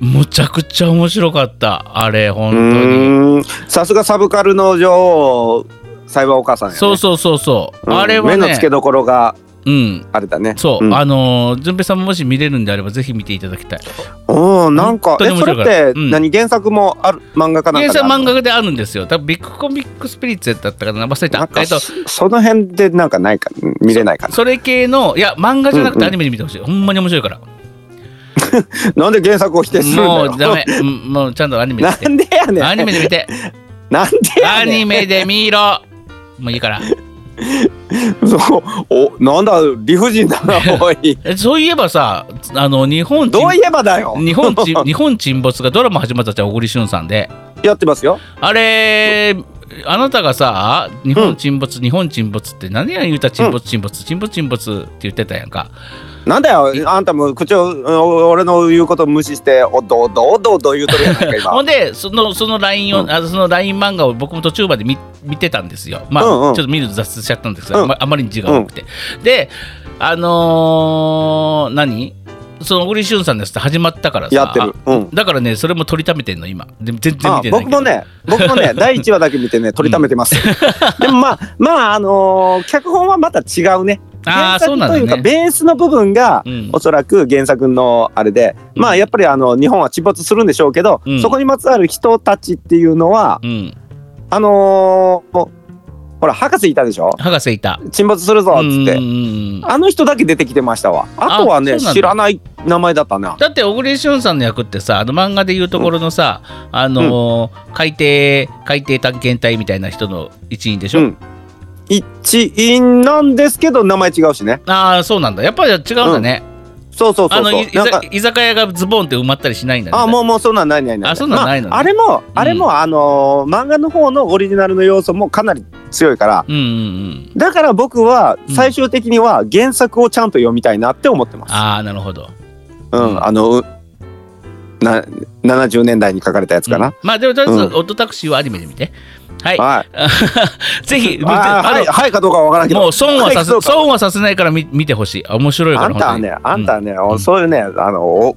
[SPEAKER 1] むちゃくちゃ面白かったあれ本
[SPEAKER 3] う
[SPEAKER 1] 当に
[SPEAKER 3] ーんさすがサブカルの女王サイバーお母さんや、ね、
[SPEAKER 1] そうそうそうそう、
[SPEAKER 3] うん
[SPEAKER 1] あれは
[SPEAKER 3] 目の
[SPEAKER 1] ね
[SPEAKER 3] 付けどころが
[SPEAKER 1] うん
[SPEAKER 3] あれだね
[SPEAKER 1] そう、
[SPEAKER 3] ん
[SPEAKER 1] あのー順平さんももし見れるんであればぜひ見ていただきたい
[SPEAKER 3] うんなんか
[SPEAKER 1] 本当に
[SPEAKER 3] え
[SPEAKER 1] 面
[SPEAKER 3] そ
[SPEAKER 1] 白
[SPEAKER 3] れ
[SPEAKER 1] いから
[SPEAKER 3] って
[SPEAKER 1] うん
[SPEAKER 3] 何、原作もある漫画かなん
[SPEAKER 1] 原
[SPEAKER 3] か
[SPEAKER 1] 作
[SPEAKER 3] であ
[SPEAKER 1] 漫
[SPEAKER 3] るの
[SPEAKER 1] 画であるんですよ多分ビッグコミックスピリッツだったかな忘れ
[SPEAKER 3] な
[SPEAKER 1] た
[SPEAKER 3] んか、
[SPEAKER 1] えっと
[SPEAKER 3] そその辺でなんかないか見れないかな
[SPEAKER 1] それ系のいや漫画じゃなく
[SPEAKER 3] うん
[SPEAKER 1] て
[SPEAKER 3] うん
[SPEAKER 1] アニメで見てほしい、ほんまに面白いから
[SPEAKER 3] なんで原作を否定するんだ
[SPEAKER 1] も
[SPEAKER 3] よ
[SPEAKER 1] うダメ。うんもうちゃんとアニメで
[SPEAKER 3] (laughs) な
[SPEAKER 1] 見
[SPEAKER 3] んでやね
[SPEAKER 1] て。
[SPEAKER 3] ん
[SPEAKER 1] アニメで見て。
[SPEAKER 3] なんでや
[SPEAKER 1] ア
[SPEAKER 3] ね
[SPEAKER 1] ニ
[SPEAKER 3] ん
[SPEAKER 1] メで見ろ。もういいから。
[SPEAKER 3] そうおなんだ理不尽だなお
[SPEAKER 1] (laughs)
[SPEAKER 3] い
[SPEAKER 1] えそういえばさ、あの日本
[SPEAKER 3] どう
[SPEAKER 1] 沈
[SPEAKER 3] いえばだよ
[SPEAKER 1] 日本沈日本沈没がドラマ始まったじゃん、小栗旬さんで。
[SPEAKER 3] やってますよ
[SPEAKER 1] あれ、あなたがさ、日本沈没、日本沈没って何や言うた沈没、沈没、沈没、沈没って言ってたやんか。
[SPEAKER 3] なんだよあんたも口をうんお俺の言うことを無視しておどおどおどおど言うとるやない
[SPEAKER 1] (laughs)
[SPEAKER 3] か
[SPEAKER 1] ほ
[SPEAKER 3] 今
[SPEAKER 1] んで、その、その LINE を、
[SPEAKER 3] うん
[SPEAKER 1] あのその LINE 漫画を僕も途中まで見見てたんですよ。まあ、
[SPEAKER 3] うんうん
[SPEAKER 1] ちょっと見るの雑しちゃったんですけど、
[SPEAKER 3] うん
[SPEAKER 1] まあまりに字が多くて。で、あのー何その、小栗旬さんですって始まったからさ。
[SPEAKER 3] やってるうん
[SPEAKER 1] だからね、それも取りためてんの、今。で全然見てない
[SPEAKER 3] あ
[SPEAKER 1] けど。
[SPEAKER 3] 僕もね僕
[SPEAKER 1] (laughs)
[SPEAKER 3] もね第1話だけ見てね取りためてます、でもまあまああのー脚本はまた違うね
[SPEAKER 1] ああ、
[SPEAKER 3] 原
[SPEAKER 1] そう
[SPEAKER 3] 作
[SPEAKER 1] なん
[SPEAKER 3] と
[SPEAKER 1] だ
[SPEAKER 3] いうか
[SPEAKER 1] ね。
[SPEAKER 3] ベースの部分が
[SPEAKER 1] うん
[SPEAKER 3] おそらく原作のあれで、
[SPEAKER 1] うん
[SPEAKER 3] まあやっぱりあの日本は沈没するんでしょうけど、
[SPEAKER 1] うん
[SPEAKER 3] そこにまつわる人たちっていうのは
[SPEAKER 1] うん。
[SPEAKER 3] あのーもうほら博士いたでしょ
[SPEAKER 1] 博士いた。
[SPEAKER 3] 沈没するぞっつって、
[SPEAKER 1] うんうんうん
[SPEAKER 3] あの人だけ出てきてましたわあとは
[SPEAKER 1] あそう
[SPEAKER 3] ね
[SPEAKER 1] なんだ
[SPEAKER 3] 知らない名前だったな
[SPEAKER 1] だって小栗旬さんの役ってさあの漫画でいうところのさ、あのー海底海底探検隊みたいな人の一員でしょ、
[SPEAKER 3] うん一員なんですけど名前違うしね
[SPEAKER 1] ああそうなんだやっぱり違うんだね、
[SPEAKER 3] そうそうそ
[SPEAKER 1] あ
[SPEAKER 3] う
[SPEAKER 1] の
[SPEAKER 3] そ
[SPEAKER 1] いうい
[SPEAKER 3] なん
[SPEAKER 1] ざ
[SPEAKER 3] か
[SPEAKER 1] 居酒屋がズボンって埋まったりしないんだね
[SPEAKER 3] あもうもうそんなんないないない
[SPEAKER 1] あそんなんないのね
[SPEAKER 3] まあ、あれもあれ
[SPEAKER 1] う
[SPEAKER 3] もあのー漫画の方のオリジナルの要素もかなり強いから
[SPEAKER 1] うんうんうん
[SPEAKER 3] だから僕は
[SPEAKER 1] うん
[SPEAKER 3] 最終的には原作をちゃんと読みたいなって思ってます、
[SPEAKER 1] ああなるほど
[SPEAKER 3] うん
[SPEAKER 1] うん
[SPEAKER 3] あのうな70年代に書かれたやつか
[SPEAKER 1] うん
[SPEAKER 3] な、
[SPEAKER 1] まあでもとりあえず、
[SPEAKER 3] うん
[SPEAKER 1] オットタクシーはアニメで見てはい
[SPEAKER 3] はい
[SPEAKER 1] ぜひ
[SPEAKER 3] あーはいはいかどうかは分からんけど
[SPEAKER 1] もう損はさせ
[SPEAKER 3] はいそうか
[SPEAKER 1] 損はさせないから見見てほしい面白いか
[SPEAKER 3] あ
[SPEAKER 1] ら
[SPEAKER 3] んたはね、あんたはね、お
[SPEAKER 1] うん
[SPEAKER 3] そういうね、あの、お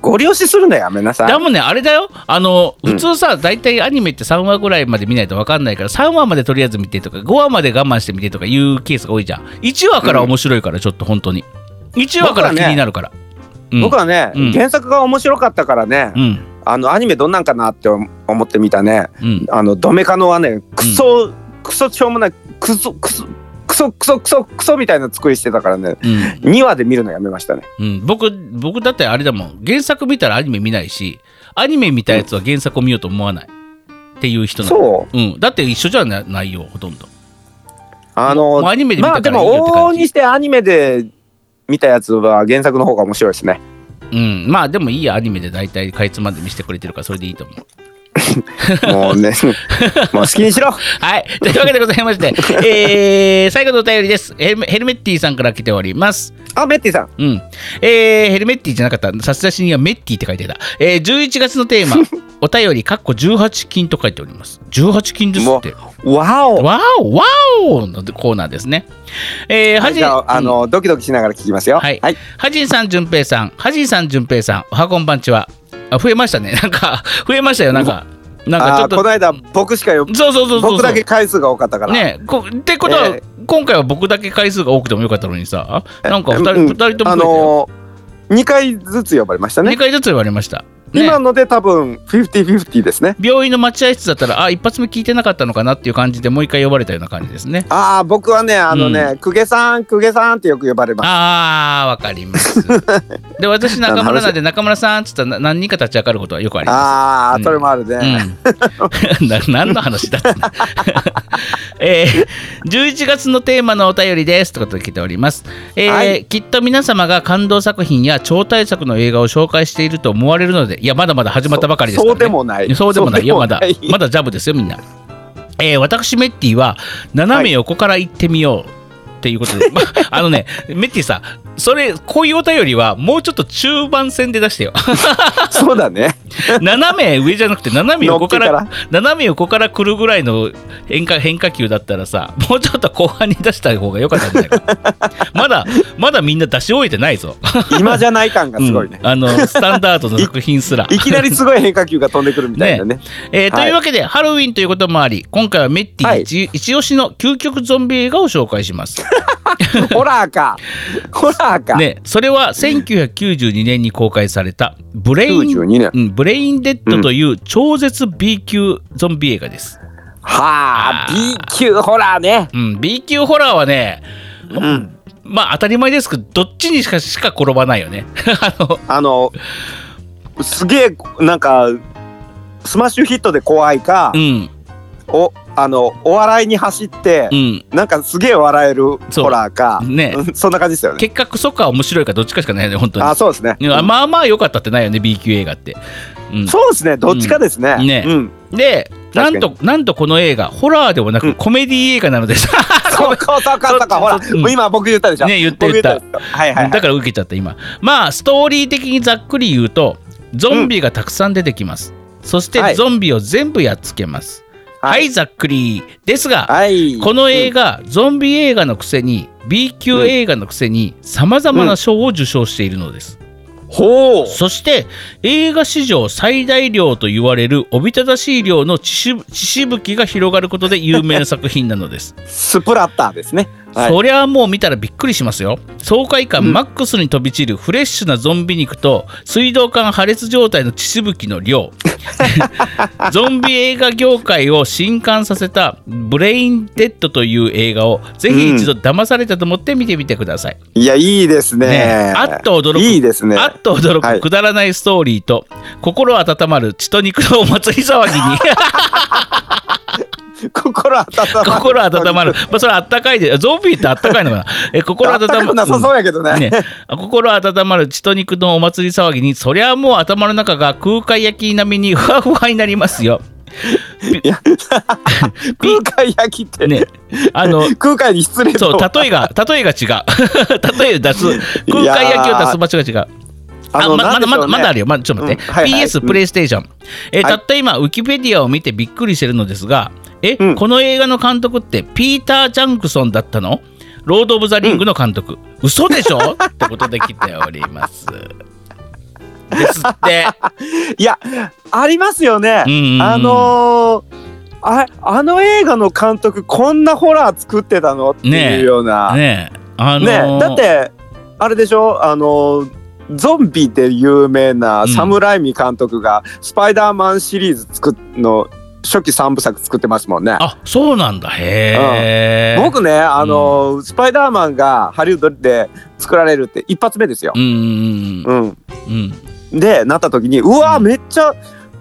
[SPEAKER 3] ご利用しするのやめなさ
[SPEAKER 1] で
[SPEAKER 3] い。
[SPEAKER 1] もねあれだよあの
[SPEAKER 3] うん
[SPEAKER 1] 普通さ、大体アニメって3話ぐらいまで見ないと分かんないから3話までとりあえず見てとか5話まで我慢して見てとかいうケースが多いじゃん1話から面白いからちょっと本当に1話から気になるから、うん、
[SPEAKER 3] 僕はね、
[SPEAKER 1] うん
[SPEAKER 3] 原作が面白かったからね、
[SPEAKER 1] うん
[SPEAKER 3] あのアニメどんなんかなって思ってみたね。
[SPEAKER 1] うん
[SPEAKER 3] あのドメカノはね、クソ、クソしょうもない、クソクソクソクソクソクソみたいな作りしてたからね、
[SPEAKER 1] うん
[SPEAKER 3] 2話で見るのやめましたね。
[SPEAKER 1] うん、僕僕だってあれだもん原作見たらアニメ見ないしアニメ見たやつは原作を見ようと思わないっていう人なの
[SPEAKER 3] そう、
[SPEAKER 1] うん、だって一緒じゃな内容ほとんど
[SPEAKER 3] あ
[SPEAKER 1] もう
[SPEAKER 3] の、
[SPEAKER 1] アニメで見
[SPEAKER 3] まあ
[SPEAKER 1] たか
[SPEAKER 3] で
[SPEAKER 1] らいいよ
[SPEAKER 3] も
[SPEAKER 1] って
[SPEAKER 3] 往
[SPEAKER 1] 感
[SPEAKER 3] 々
[SPEAKER 1] じ、
[SPEAKER 3] にしてアニメで見たやつは原作の
[SPEAKER 1] (laughs)
[SPEAKER 3] 方が面白いですね。
[SPEAKER 1] うん、まあでもいいやアニメで大体かいつまんで見せてくれてるからそれでいいと思う
[SPEAKER 3] も
[SPEAKER 1] (laughs)
[SPEAKER 3] うね、まあ好きにしろ。
[SPEAKER 1] はい。というわけでございま
[SPEAKER 3] (laughs)
[SPEAKER 1] して、えー、最後のお便りです。ヘルメヘルメッティさんから来ております。
[SPEAKER 3] あ、メッティさん。
[SPEAKER 1] うん。えー、ヘルメッティじゃなかった。差出しにはメッティって書いてた。えー、11月の
[SPEAKER 3] (laughs)
[SPEAKER 1] テーマ、お便り、かっこ18金と書いております。18金ですって。
[SPEAKER 3] わお。
[SPEAKER 1] わおわおのコーナーですね。えー、は
[SPEAKER 3] はい、
[SPEAKER 1] じ
[SPEAKER 3] じゃあ、あの、ドキドキしながら聞きますよ。
[SPEAKER 1] はい
[SPEAKER 3] はい。
[SPEAKER 1] はじんさん、じゅんぺいさん、はじんさん、じゅんぺいさん、おはこんばんちは。あ、増えましたね。なんか、増えましたよ。なんか、なんかちょ
[SPEAKER 3] あ
[SPEAKER 1] っ
[SPEAKER 3] ー、
[SPEAKER 1] と。
[SPEAKER 3] この間、僕しかよ、
[SPEAKER 1] そうそうそうそうそう。
[SPEAKER 3] 僕だけ回数が多かったから。
[SPEAKER 1] ねえこってことは、
[SPEAKER 3] え
[SPEAKER 1] 今回は僕だけ回数が多くてもよかったのにさ、なんか
[SPEAKER 3] う
[SPEAKER 1] 二
[SPEAKER 3] ん
[SPEAKER 1] 人,、二人とも
[SPEAKER 3] あのー、2回ずつ呼ばれましたね
[SPEAKER 1] 2。回ずつ言われました。ね
[SPEAKER 3] 今ので多分、50-50ですね。
[SPEAKER 1] 病院の待合室だったら、あ、一発目聞いてなかったのかなっていう感じでもう一回呼ばれたような感じですね。
[SPEAKER 3] ああ、僕はね、あのね、公家さん、公家さんってよく呼ばれます。
[SPEAKER 1] あー、わかり
[SPEAKER 3] (laughs)
[SPEAKER 1] ます。で、私、中村なんで、中村さんっつったらな何人か立ち上がることはよくあります。
[SPEAKER 3] ああ
[SPEAKER 1] うん
[SPEAKER 3] ー、それもある
[SPEAKER 1] う
[SPEAKER 3] ね。
[SPEAKER 1] ん (laughs) な何の話だっつうのえー、11月のテーマのお便りですということで来ております、えー
[SPEAKER 3] はい
[SPEAKER 1] きっと皆様が感動作品や超大作の映画を紹介していると思われるのでいやまだまだ始まったばかりですから、ね、
[SPEAKER 3] そうそうでもない
[SPEAKER 1] そうでもないいや
[SPEAKER 3] そう
[SPEAKER 1] ま
[SPEAKER 3] でも
[SPEAKER 1] だ
[SPEAKER 3] (laughs) ない
[SPEAKER 1] まだジャブですよみんな、えー私メッティは斜め横から行ってみようっていうことで、ま (laughs) あのねメッティさんそれこういうお便りはもうちょっと中盤戦で出してよ
[SPEAKER 3] そうだね。
[SPEAKER 1] 斜め上じゃなくて斜め横から
[SPEAKER 3] のっ
[SPEAKER 1] 斜め横から来るぐらいの変化変化球だったらさもうちょっと後半に出した方が良かったんじゃないかな (laughs) まだまだみんな出し終えてないぞ
[SPEAKER 3] 今じゃない感がすごいね。
[SPEAKER 1] うんあのスタンダードの作品すら
[SPEAKER 3] いきなりすごい変化球が飛んでくるみたいなね。
[SPEAKER 1] えーと
[SPEAKER 3] はい
[SPEAKER 1] いうわけで、ハロウィンということもあり今回はメッテ
[SPEAKER 3] は
[SPEAKER 1] ィ
[SPEAKER 3] い
[SPEAKER 1] 一,、一押しの究極ゾンビ映画を紹介します
[SPEAKER 3] ホラーか。ホラーか。
[SPEAKER 1] ね、それは1992年に公開されたブレイン
[SPEAKER 3] 92年
[SPEAKER 1] うんブレインデッドという超絶 B 級ゾンビ映画です、
[SPEAKER 3] は
[SPEAKER 1] あ
[SPEAKER 3] あ、
[SPEAKER 1] ー
[SPEAKER 3] B 級ホラーね。
[SPEAKER 1] うん、B 級ホラーはね、
[SPEAKER 3] うん。
[SPEAKER 1] まあ当たり前ですけど、どっちにしかしか転ばないよね。あの、
[SPEAKER 3] あの、すげえ、なんか、スマッシュヒットで怖いか
[SPEAKER 1] う、ん、
[SPEAKER 3] お、あの、お笑いに走って
[SPEAKER 1] う、ん。
[SPEAKER 3] なんかすげえ笑える
[SPEAKER 1] そう
[SPEAKER 3] ホラーか、
[SPEAKER 1] ね
[SPEAKER 3] うんそんな感じですよね。
[SPEAKER 1] 結果、クソか面白いかどっちかしかないよね、本当に
[SPEAKER 3] あ、。そうですね。
[SPEAKER 1] いやまあまあ良かったってないよね、B 級映画って。うん
[SPEAKER 3] そうですね。どっちかですね。
[SPEAKER 1] うんね
[SPEAKER 3] うん。
[SPEAKER 1] で、な
[SPEAKER 3] か
[SPEAKER 1] ん
[SPEAKER 3] に
[SPEAKER 1] と、なんとこの映画、ホラーではな
[SPEAKER 3] う
[SPEAKER 1] く
[SPEAKER 3] ん
[SPEAKER 1] コメディ映画なのです。
[SPEAKER 3] そうかそうかそうかほら
[SPEAKER 1] そううん
[SPEAKER 3] 今僕言ったでしょ
[SPEAKER 1] ね言った言っ
[SPEAKER 3] 僕
[SPEAKER 1] た
[SPEAKER 3] でしょはいは
[SPEAKER 1] だ
[SPEAKER 3] いはい
[SPEAKER 1] から受けちゃった、今。まあ、ストーリー的にざっくり言うと、ゾンビがたくさん出てきます。そし
[SPEAKER 3] は
[SPEAKER 1] て、
[SPEAKER 3] い
[SPEAKER 1] ゾンビを全部やっつけます。
[SPEAKER 3] は
[SPEAKER 1] はいい、ざっくり。ですが、
[SPEAKER 3] はい
[SPEAKER 1] この映画、ゾンビ映画のくせに B 級映画のくせにさまざまな賞を受賞しているのです、
[SPEAKER 3] ほう
[SPEAKER 1] そして映画史上最大量と言われるおびただしい量の血しぶ血しぶきが広がることで有名な作品なのです、
[SPEAKER 3] スプラッターですねはい
[SPEAKER 1] そりゃもう見たらびっくりしますよ爽快感マックスに飛び散るフレッシュなゾンビ肉と水道管破裂状態の血しぶきの量
[SPEAKER 3] (laughs)
[SPEAKER 1] ゾンビ映画業界を震撼させた「ブレインデッド」という映画をぜひ一度騙されたと思って見てみてください。
[SPEAKER 3] いやいいですね
[SPEAKER 1] ねあっと驚く
[SPEAKER 3] いいですね
[SPEAKER 1] あっと驚
[SPEAKER 3] は
[SPEAKER 1] く
[SPEAKER 3] い
[SPEAKER 1] くだらないストーリーと、心温まる血と肉のお祭り騒ぎ
[SPEAKER 3] (laughs)
[SPEAKER 1] に
[SPEAKER 3] 心温まる
[SPEAKER 1] 心温まる、まあ、それあったかいでゾンビってあったかいのかなえ心
[SPEAKER 3] あ
[SPEAKER 1] 温
[SPEAKER 3] ったかく
[SPEAKER 1] ま
[SPEAKER 3] な
[SPEAKER 1] る
[SPEAKER 3] さそうやけど
[SPEAKER 1] ね、
[SPEAKER 3] ね
[SPEAKER 1] 心温まる血と肉のお祭り騒ぎにそりゃもう頭の中が空海焼き並みにふわふわになりますよ。
[SPEAKER 3] いや空海焼きって、
[SPEAKER 1] ね、あ
[SPEAKER 3] (laughs)
[SPEAKER 1] の
[SPEAKER 3] 空海に失礼だ
[SPEAKER 1] そう
[SPEAKER 3] わ
[SPEAKER 1] 例えが例えが違う (laughs) 例えを出す空海焼きを出す場所が違う。あままだまだまだある
[SPEAKER 3] よ
[SPEAKER 1] よ、ま、ちょっと待って、
[SPEAKER 3] うんはいはい
[SPEAKER 1] PS
[SPEAKER 3] うん
[SPEAKER 1] プレイステーション、えー
[SPEAKER 3] はい
[SPEAKER 1] たった今ウィキペディアを見てびっくりしてるのですがえ、
[SPEAKER 3] うん
[SPEAKER 1] この映画の監督ってピーター・ジャンクソンだったのロード・オブ・ザ・リングの監督、嘘でし
[SPEAKER 3] (laughs)
[SPEAKER 1] ょってことで来ておりますです
[SPEAKER 3] (laughs)
[SPEAKER 1] って
[SPEAKER 3] いやありますよね、
[SPEAKER 1] うんうんうん
[SPEAKER 3] あのーああの映画の監督こんなホラー作ってたのって
[SPEAKER 1] ねえ
[SPEAKER 3] いうような、
[SPEAKER 1] ねえあのー
[SPEAKER 3] ねだってあれでしょあのゾンビで有名
[SPEAKER 1] う
[SPEAKER 3] なんサムライミ監督がスパイダーマンシリーズ作っの初期3部作作ってますもんね。
[SPEAKER 1] あそうなんだへえ、
[SPEAKER 3] 僕ねあの、スパイダーマンがハリウッドで作られるって一発目ですよ
[SPEAKER 1] う。んうん
[SPEAKER 3] うん
[SPEAKER 1] うん
[SPEAKER 3] でなった時にうわ、
[SPEAKER 1] うん
[SPEAKER 3] めっちゃ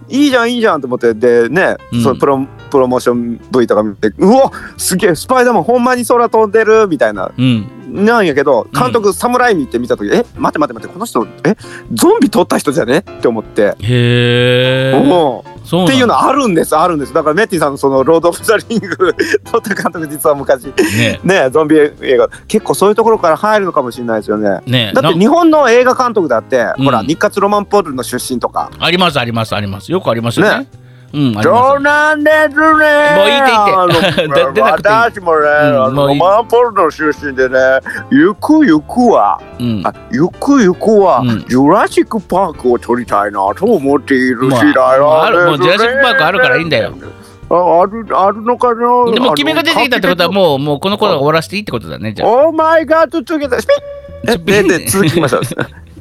[SPEAKER 3] いいじゃんいいじゃんと思ってでね、
[SPEAKER 1] うん
[SPEAKER 3] そのプロプロモーション V とか見てうわすげえスパイダーマンほんまに空飛んでるみたいな
[SPEAKER 1] うんうん
[SPEAKER 3] なんやけど監督サムライミって見た時、え待って待って待ってこの人えゾンビ撮った人じゃねって思って、
[SPEAKER 1] へえ
[SPEAKER 3] もう
[SPEAKER 1] そう
[SPEAKER 3] っていうの
[SPEAKER 1] は
[SPEAKER 3] あるんですあるんですだからメッティさんのその「ロード・オブ・ザ・リング」 (laughs) 撮った監督実は昔
[SPEAKER 1] ね
[SPEAKER 3] ねゾンビ映画結構そういうところから入るのかもしれないですよね
[SPEAKER 1] ね
[SPEAKER 3] だって
[SPEAKER 1] な
[SPEAKER 3] 日本の映画監督だって、
[SPEAKER 1] うん
[SPEAKER 3] ほら日活ロマンポールの出身とか
[SPEAKER 1] ありますありますありますよくありますよね
[SPEAKER 3] ね
[SPEAKER 1] うんあり
[SPEAKER 3] ど
[SPEAKER 1] ま
[SPEAKER 3] うなんですねもう
[SPEAKER 1] いいっていいって (laughs) 出出なくていい
[SPEAKER 3] 私もね、
[SPEAKER 1] ん
[SPEAKER 3] あの
[SPEAKER 1] もうい
[SPEAKER 3] ロ
[SPEAKER 1] い
[SPEAKER 3] マンポールの出身でねゆくゆくは
[SPEAKER 1] すうん
[SPEAKER 3] あゆくゆくは、
[SPEAKER 1] うん
[SPEAKER 3] ジュラシック・パークを撮りたいなと思っている
[SPEAKER 1] もう
[SPEAKER 3] 次第
[SPEAKER 1] もう
[SPEAKER 3] な
[SPEAKER 1] あ
[SPEAKER 3] ん
[SPEAKER 1] るもうジュ
[SPEAKER 3] で
[SPEAKER 1] ラ
[SPEAKER 3] す
[SPEAKER 1] シッ
[SPEAKER 3] ね
[SPEAKER 1] クパークあるからいいんだよ
[SPEAKER 3] ああるあるのかな
[SPEAKER 1] でも君が出てきたってことはもうもうこの頃は終わらせていいってことだねじゃあ
[SPEAKER 3] オーマイガーと続けたスピ
[SPEAKER 1] ス
[SPEAKER 3] ッ
[SPEAKER 1] ピ
[SPEAKER 3] で
[SPEAKER 1] ン
[SPEAKER 3] で続きましょ
[SPEAKER 1] (laughs)
[SPEAKER 3] う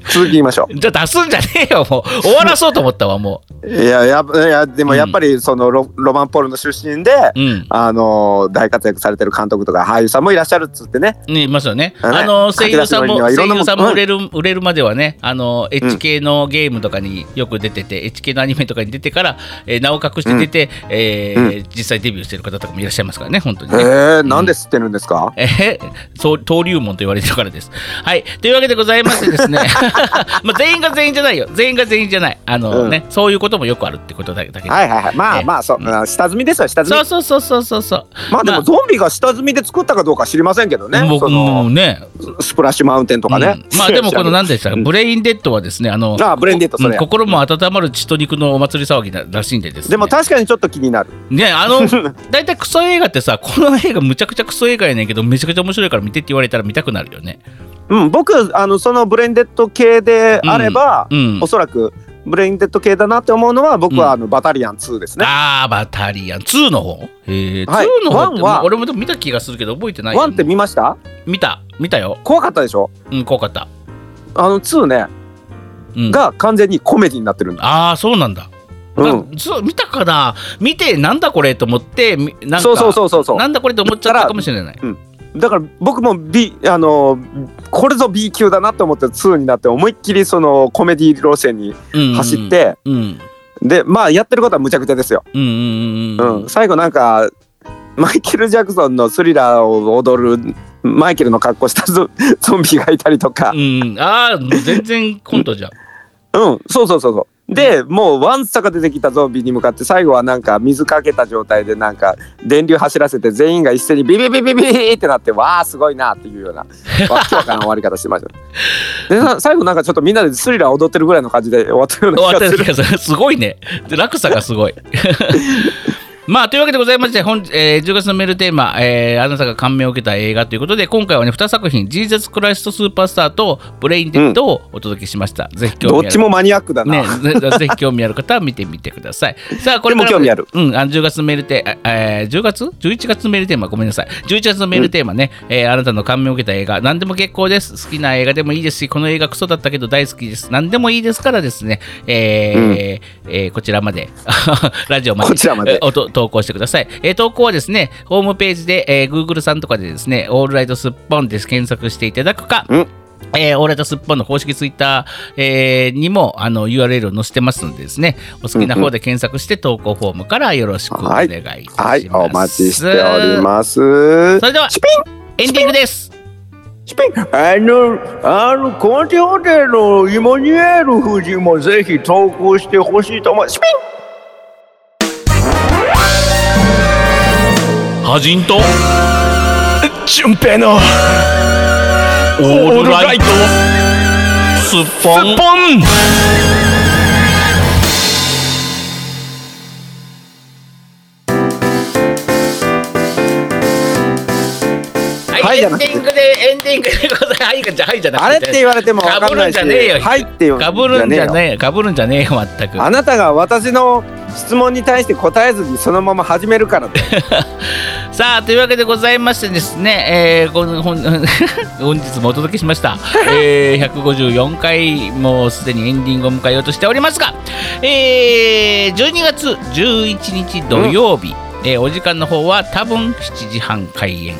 [SPEAKER 3] 続きましょ
[SPEAKER 1] じゃあ出すんじゃねえよもう終わらそうと思ったわも
[SPEAKER 3] ういややいやでもやっぱりそのロ,、ロマン・ポールの出身で、
[SPEAKER 1] ううん
[SPEAKER 3] あの大活躍されてる監督とか俳優さんもいらっしゃるっつってね
[SPEAKER 1] ね、いますよね。
[SPEAKER 3] あね
[SPEAKER 1] あの声優さんも
[SPEAKER 3] 駆け出しの割にはいろ
[SPEAKER 1] 声
[SPEAKER 3] んなも
[SPEAKER 1] 優
[SPEAKER 3] ん
[SPEAKER 1] さんも売れる、売れるまではね、あの HK のゲームとかによく出てて、HK のアニメとかに出てから、えー名を隠して出て、えー実際デビューしてる方とかもいらっしゃいますからね、本当に
[SPEAKER 3] え
[SPEAKER 1] ね。
[SPEAKER 3] ー、なんで知ってるんですか、
[SPEAKER 1] えへそう登竜門と言われてるからです。はい。というわけでございましてです
[SPEAKER 3] (laughs)
[SPEAKER 1] ね、まあ全員が全員じゃないよ。全員が全員じゃない。あのね、そういうこともよくあるってことだけだけど。
[SPEAKER 3] はいはいはいま
[SPEAKER 1] え
[SPEAKER 3] あまあそう、うん下積みですよ下積み
[SPEAKER 1] そうそうそうそうそうそう。
[SPEAKER 3] まあで
[SPEAKER 1] まあ
[SPEAKER 3] もゾンビが下積みで作ったかどうか知りませんけどね
[SPEAKER 1] 僕
[SPEAKER 3] そ
[SPEAKER 1] も
[SPEAKER 3] の
[SPEAKER 1] ね、
[SPEAKER 3] スプラッシュマウンテンとかね、
[SPEAKER 1] うんま
[SPEAKER 3] (laughs)
[SPEAKER 1] あでもこの何でしたか、
[SPEAKER 3] うん
[SPEAKER 1] ブレインデッドはですねあの
[SPEAKER 3] あブレインデッドそれ
[SPEAKER 1] うん心も温まる血と肉のお祭り騒ぎだらしいんでですね
[SPEAKER 3] でも確かにちょっと気になる
[SPEAKER 1] ねあ
[SPEAKER 3] (laughs)
[SPEAKER 1] の大体クソ映画ってさこの映画むちゃくちゃクソ映画やねんけどめちゃくちゃ面白いから見てって言われたら見たくなるよね
[SPEAKER 3] うん僕あのそのブレインデッド系であれば、
[SPEAKER 1] うん
[SPEAKER 3] おそらくブレインデッド系だなって思うのは僕
[SPEAKER 1] うん
[SPEAKER 3] はあの、バタリアン2ですね
[SPEAKER 1] あーバタリアン2の方へえ、
[SPEAKER 3] はい
[SPEAKER 1] 2の方って
[SPEAKER 3] ワンは
[SPEAKER 1] もう俺もでも見た気がするけど覚えてないよ
[SPEAKER 3] ワンって見ました
[SPEAKER 1] 見た見たよ
[SPEAKER 3] 怖かったでしょ
[SPEAKER 1] うん怖かった、
[SPEAKER 3] あの2ね、
[SPEAKER 1] うん、
[SPEAKER 3] が完全にコメディになってるんだ
[SPEAKER 1] ああそうなんだ、
[SPEAKER 3] うん
[SPEAKER 1] なそう見たかな見てなんだこれと思ってみなんか
[SPEAKER 3] そうそうそうそうそう
[SPEAKER 1] なんだこれと思っちゃったかもしれない
[SPEAKER 3] だから僕も B あのこれぞ B 級だなと思って2になって思いっきりそのコメディ路線に走っ、て、
[SPEAKER 1] うんうん
[SPEAKER 3] でまあやってることはむちゃくちゃですよ、
[SPEAKER 1] うんうんう
[SPEAKER 3] うんん、最後なんかマイケル・ジャクソンのスリラーを踊るマイケルの格好したゾ (laughs) ゾンビがいたりとか、
[SPEAKER 1] うん、うん、ああ全然コントじゃん
[SPEAKER 3] うん、そうそうそうそう。で、もうワンサが出てきたゾンビに向かって最後はなんか水かけた状態でなんか電流走らせて全員が一斉にビビビビビビってなってわあすごいなっていう
[SPEAKER 1] (laughs)
[SPEAKER 3] ようなわけわからん終わり方してました。でさ最後なんかちょっとみんなでスリラー踊ってるぐらいの感じで終わったような
[SPEAKER 1] 終わ
[SPEAKER 3] 気
[SPEAKER 1] った
[SPEAKER 3] が
[SPEAKER 1] や
[SPEAKER 3] す
[SPEAKER 1] つが
[SPEAKER 3] る。
[SPEAKER 1] するすごいねで落差がすごい (laughs) まあというわけでございまして本、えー10月のメールテーマ、えーあなたが感銘を受けた映画ということで今回はね2作品「ジーザス・クライスト・スーパースター」と「ブレインデッド」をお届けしました、ぜひ
[SPEAKER 3] ど
[SPEAKER 1] 興
[SPEAKER 3] っ
[SPEAKER 1] 味あ
[SPEAKER 3] ち
[SPEAKER 1] る
[SPEAKER 3] もマニアックだな。
[SPEAKER 1] ね、ぜぜひ興味ある方は見てみてくだ
[SPEAKER 3] (laughs)
[SPEAKER 1] さい。さあ、これから
[SPEAKER 3] でも興味ある
[SPEAKER 1] うん、あの10月のメールテーマ、えー10月 ?11 月のメールテーマ、ごめんなさい。11月のメールテーマね、えーあなたの感銘を受けた映画、何でも結構です。好きな映画でもいいですし、この映画クソだったけど大好きです。何でもいいですからですね、えー
[SPEAKER 3] うん
[SPEAKER 1] えーこちらまで、 (laughs) ラジオまで、
[SPEAKER 3] こちらまで
[SPEAKER 1] えーおと投稿してください。えー投稿はですね、ホームページで、えー Google さんとかでですね、オールライトスッポンです検索していただくか、
[SPEAKER 3] うん
[SPEAKER 1] えー、オーライトスッポンの公式ツイッター、えーにもあの URL を載せてますのでですね、お好きな方で検索して投稿フォームからよろしくお願いいたします。
[SPEAKER 3] はい、お待ちしております
[SPEAKER 1] そ。れでは、
[SPEAKER 3] シュピン
[SPEAKER 1] エンディングです。
[SPEAKER 3] シュピンあの、あの、コンテオテのイモニュエル夫人もぜひ投稿してほしいと思う。シュピン
[SPEAKER 1] はじんと、
[SPEAKER 5] 純平の
[SPEAKER 1] オ
[SPEAKER 5] ールライト
[SPEAKER 1] スッ
[SPEAKER 5] ポンポン
[SPEAKER 1] は、
[SPEAKER 3] はい
[SPEAKER 1] エ
[SPEAKER 3] いじ
[SPEAKER 1] ン
[SPEAKER 3] ゃなく
[SPEAKER 1] デ
[SPEAKER 3] て
[SPEAKER 1] ィングで、エンディングでございます。はい、じゃはいじゃなくて。
[SPEAKER 3] あれって言われても分かんな
[SPEAKER 1] かぶるん
[SPEAKER 3] いし、
[SPEAKER 1] じゃねえよ
[SPEAKER 3] はいって言われ
[SPEAKER 1] かぶるんじゃ
[SPEAKER 3] えよ。
[SPEAKER 1] ねえよ、かぶるんじゃねえよ、全く。
[SPEAKER 3] あなたが私の質問に対して答えずにそのまま始めるから (laughs) だよ
[SPEAKER 1] さあというわけでございましてですね、えーこの (laughs) 本本日もお届けしました、えー154回もうすでにエンディングを迎えようとしておりますが、えー12月11日土曜日、えーお時間の方は多分7時半開演。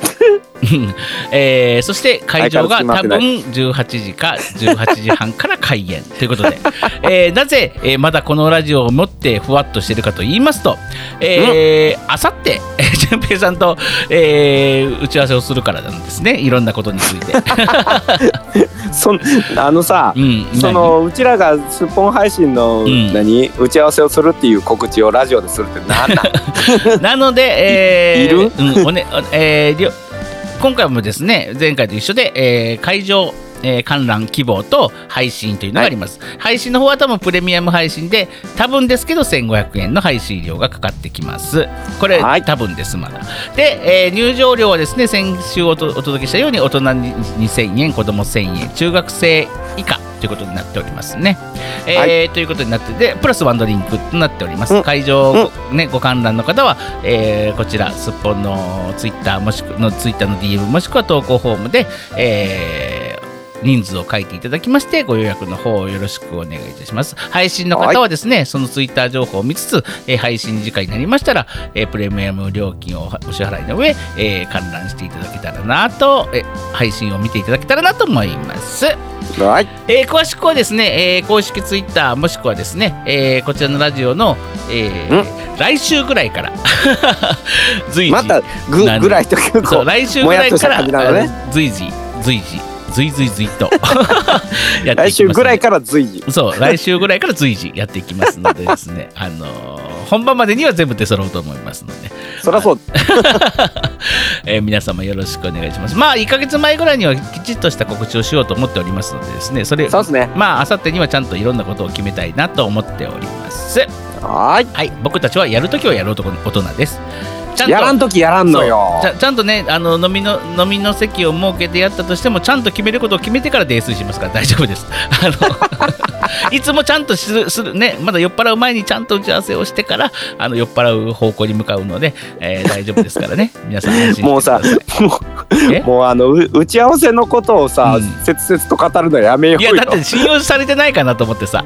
[SPEAKER 1] (laughs) えーそして会場が
[SPEAKER 3] 相
[SPEAKER 1] 多
[SPEAKER 3] 変わ
[SPEAKER 1] 分
[SPEAKER 3] ら
[SPEAKER 1] 18時か18時半から開演という
[SPEAKER 3] (laughs)
[SPEAKER 1] ことで、えーなぜ、えー (laughs) まだこのラジオを持ってふわっとしてるかと言いますと、えーあさって、えー淳平さんと、えー打ち合わせをするからなんですねいろんなことについ
[SPEAKER 3] (laughs)
[SPEAKER 1] て。
[SPEAKER 3] そんあのさ、
[SPEAKER 1] うん
[SPEAKER 3] そのうちらがすっぽん配信の
[SPEAKER 1] ん
[SPEAKER 3] 何、打ち合わせをするっていう告知をラジオでするって何 (laughs) な
[SPEAKER 1] (laughs)
[SPEAKER 3] ん
[SPEAKER 1] なので、えー
[SPEAKER 3] いいる
[SPEAKER 1] うんおねおえーりょ今回もですね前回と一緒で、えー会場えー観覧希望と配信というのがあります、配信の方は多分プレミアム配信で多分ですけど1500円の配信料がかかってきますこれ、
[SPEAKER 3] はい
[SPEAKER 1] 多分ですまだで、えー入場料はですね先週おとお届けしたように大人に2000円子供1000円中学生以下ということになっておりますね、えー
[SPEAKER 3] は
[SPEAKER 1] ということになってでプラスワンドリンクとなっております、
[SPEAKER 3] うん
[SPEAKER 1] 会場ね、ご観覧の方は、えーこちら、すっぽんのツイッターもしくのツイッターの DM もしくは投稿フォームで、えー人数を書いていただきまして、ご予約の方をよろしくお願いいたします。配信の方はですね、そのツイッター情報を見つつ、えー配信時間になりましたら、えープレミアム料金をお支払いの上、えー観覧していただけたらなと、えー配信を見ていただけたらなと思います。
[SPEAKER 3] はい
[SPEAKER 1] えー詳しくはですね、えー公式ツイッターもしくはですね、えーこちらのラジオの、えー来週ぐらいから (laughs) 随時
[SPEAKER 3] またぐ
[SPEAKER 1] なん
[SPEAKER 3] ぐらいと結
[SPEAKER 1] そう
[SPEAKER 3] 構
[SPEAKER 1] 来週ぐ
[SPEAKER 3] もや
[SPEAKER 1] ら
[SPEAKER 3] っ
[SPEAKER 1] い
[SPEAKER 3] とし
[SPEAKER 1] か
[SPEAKER 3] た
[SPEAKER 1] ら、
[SPEAKER 3] 感じなのね
[SPEAKER 1] あの随時随時随随随と (laughs) やっていきますので
[SPEAKER 3] 来週ぐらいから随時
[SPEAKER 1] そう来週ぐらいから随時やっていきますのでです
[SPEAKER 3] (laughs)
[SPEAKER 1] ねあのー本番までには全部出揃うと思いますので
[SPEAKER 3] そりゃそう
[SPEAKER 1] えー皆様よろしくお願いします。まあ1ヶ月前ぐらいにはきちっとした告知をしようと思っておりますのでですね、それ
[SPEAKER 3] そうですね
[SPEAKER 1] まあ明後日にはちゃんといろんなことを決めたいなと思っております。
[SPEAKER 3] は
[SPEAKER 1] はい、僕たちはやるときはやる男の大人です。ちゃ
[SPEAKER 3] ーいやらんときやらんのよ
[SPEAKER 1] そうちゃちゃんとねあの飲みの飲みの席を設けてやったとしてもちゃんと決めることを決めてから泥酔しますから大丈夫ですあ
[SPEAKER 3] (laughs)
[SPEAKER 1] のいつもちゃんとするするねまだ酔っ払う前にちゃんと打ち合わせをしてからあの酔っ払う方向に向かうので、えー大丈夫ですからね皆さん安心して
[SPEAKER 3] もうさ
[SPEAKER 1] ください
[SPEAKER 3] も
[SPEAKER 1] え
[SPEAKER 3] うもうあのう打ち合わせのことをさ、
[SPEAKER 1] うん
[SPEAKER 3] 切々と語るのやめ
[SPEAKER 1] い
[SPEAKER 3] よ
[SPEAKER 1] うや
[SPEAKER 3] よ
[SPEAKER 1] だって信用されてないかなと思ってさ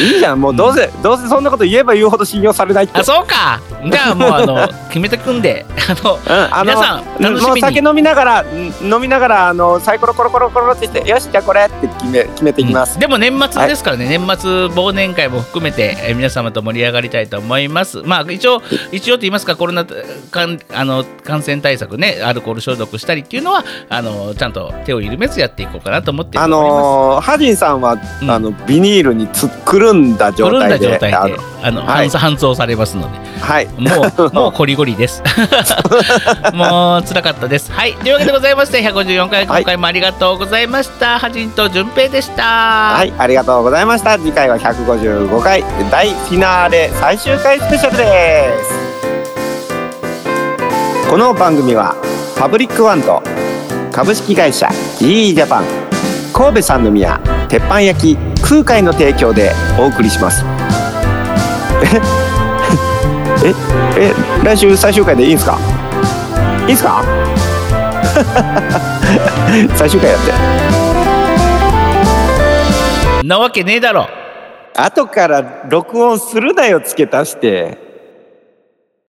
[SPEAKER 3] いいじゃんもうどうせ、どうせそんなこと言えば言うほど信用されないって
[SPEAKER 1] あそうかじゃあもうあの決めてくんであの
[SPEAKER 3] うん (laughs) あの
[SPEAKER 1] 皆さん楽しみに
[SPEAKER 3] もう酒飲みながらん飲みながらあのサイコロコロコロコロってしてよしじゃあこれって決め決めていきます、
[SPEAKER 1] うんでも年末ですからね、年末忘年会も含めて、えー皆様と盛り上がりたいと思います。まあ一応一応と言いますかコロナかんあの感染対策ねアルコール消毒したりっていうのはあのちゃんと手を緩めずやっていこうかなと思ってお
[SPEAKER 3] あ
[SPEAKER 1] ります。
[SPEAKER 3] のーハジンさんは、
[SPEAKER 1] うん
[SPEAKER 3] あのビニールにつくるんだ状
[SPEAKER 1] くるんだ
[SPEAKER 3] 態で
[SPEAKER 1] 状態で、あ
[SPEAKER 3] あ
[SPEAKER 1] の
[SPEAKER 3] の、
[SPEAKER 1] 搬送搬送されますので、
[SPEAKER 3] はい
[SPEAKER 1] (laughs) もう、もうこりごりです。もう辛かったです。はい、というわけでございまして、154回、今回もありがとうございました。はじんとじゅんぺいでした。は
[SPEAKER 3] はいありがとうございました次回は155回大フィナーレ最終回スペシャルですこの番組はパブリックワンと株式会社 GE ジャパン神戸三宮鉄板焼き空海の提供でお送りしますえ (laughs) ええ来週最終回でいいんすかいいんすか (laughs) 最終回やって
[SPEAKER 1] なわけねえだろ。
[SPEAKER 3] 後から録音するなよ付け足して。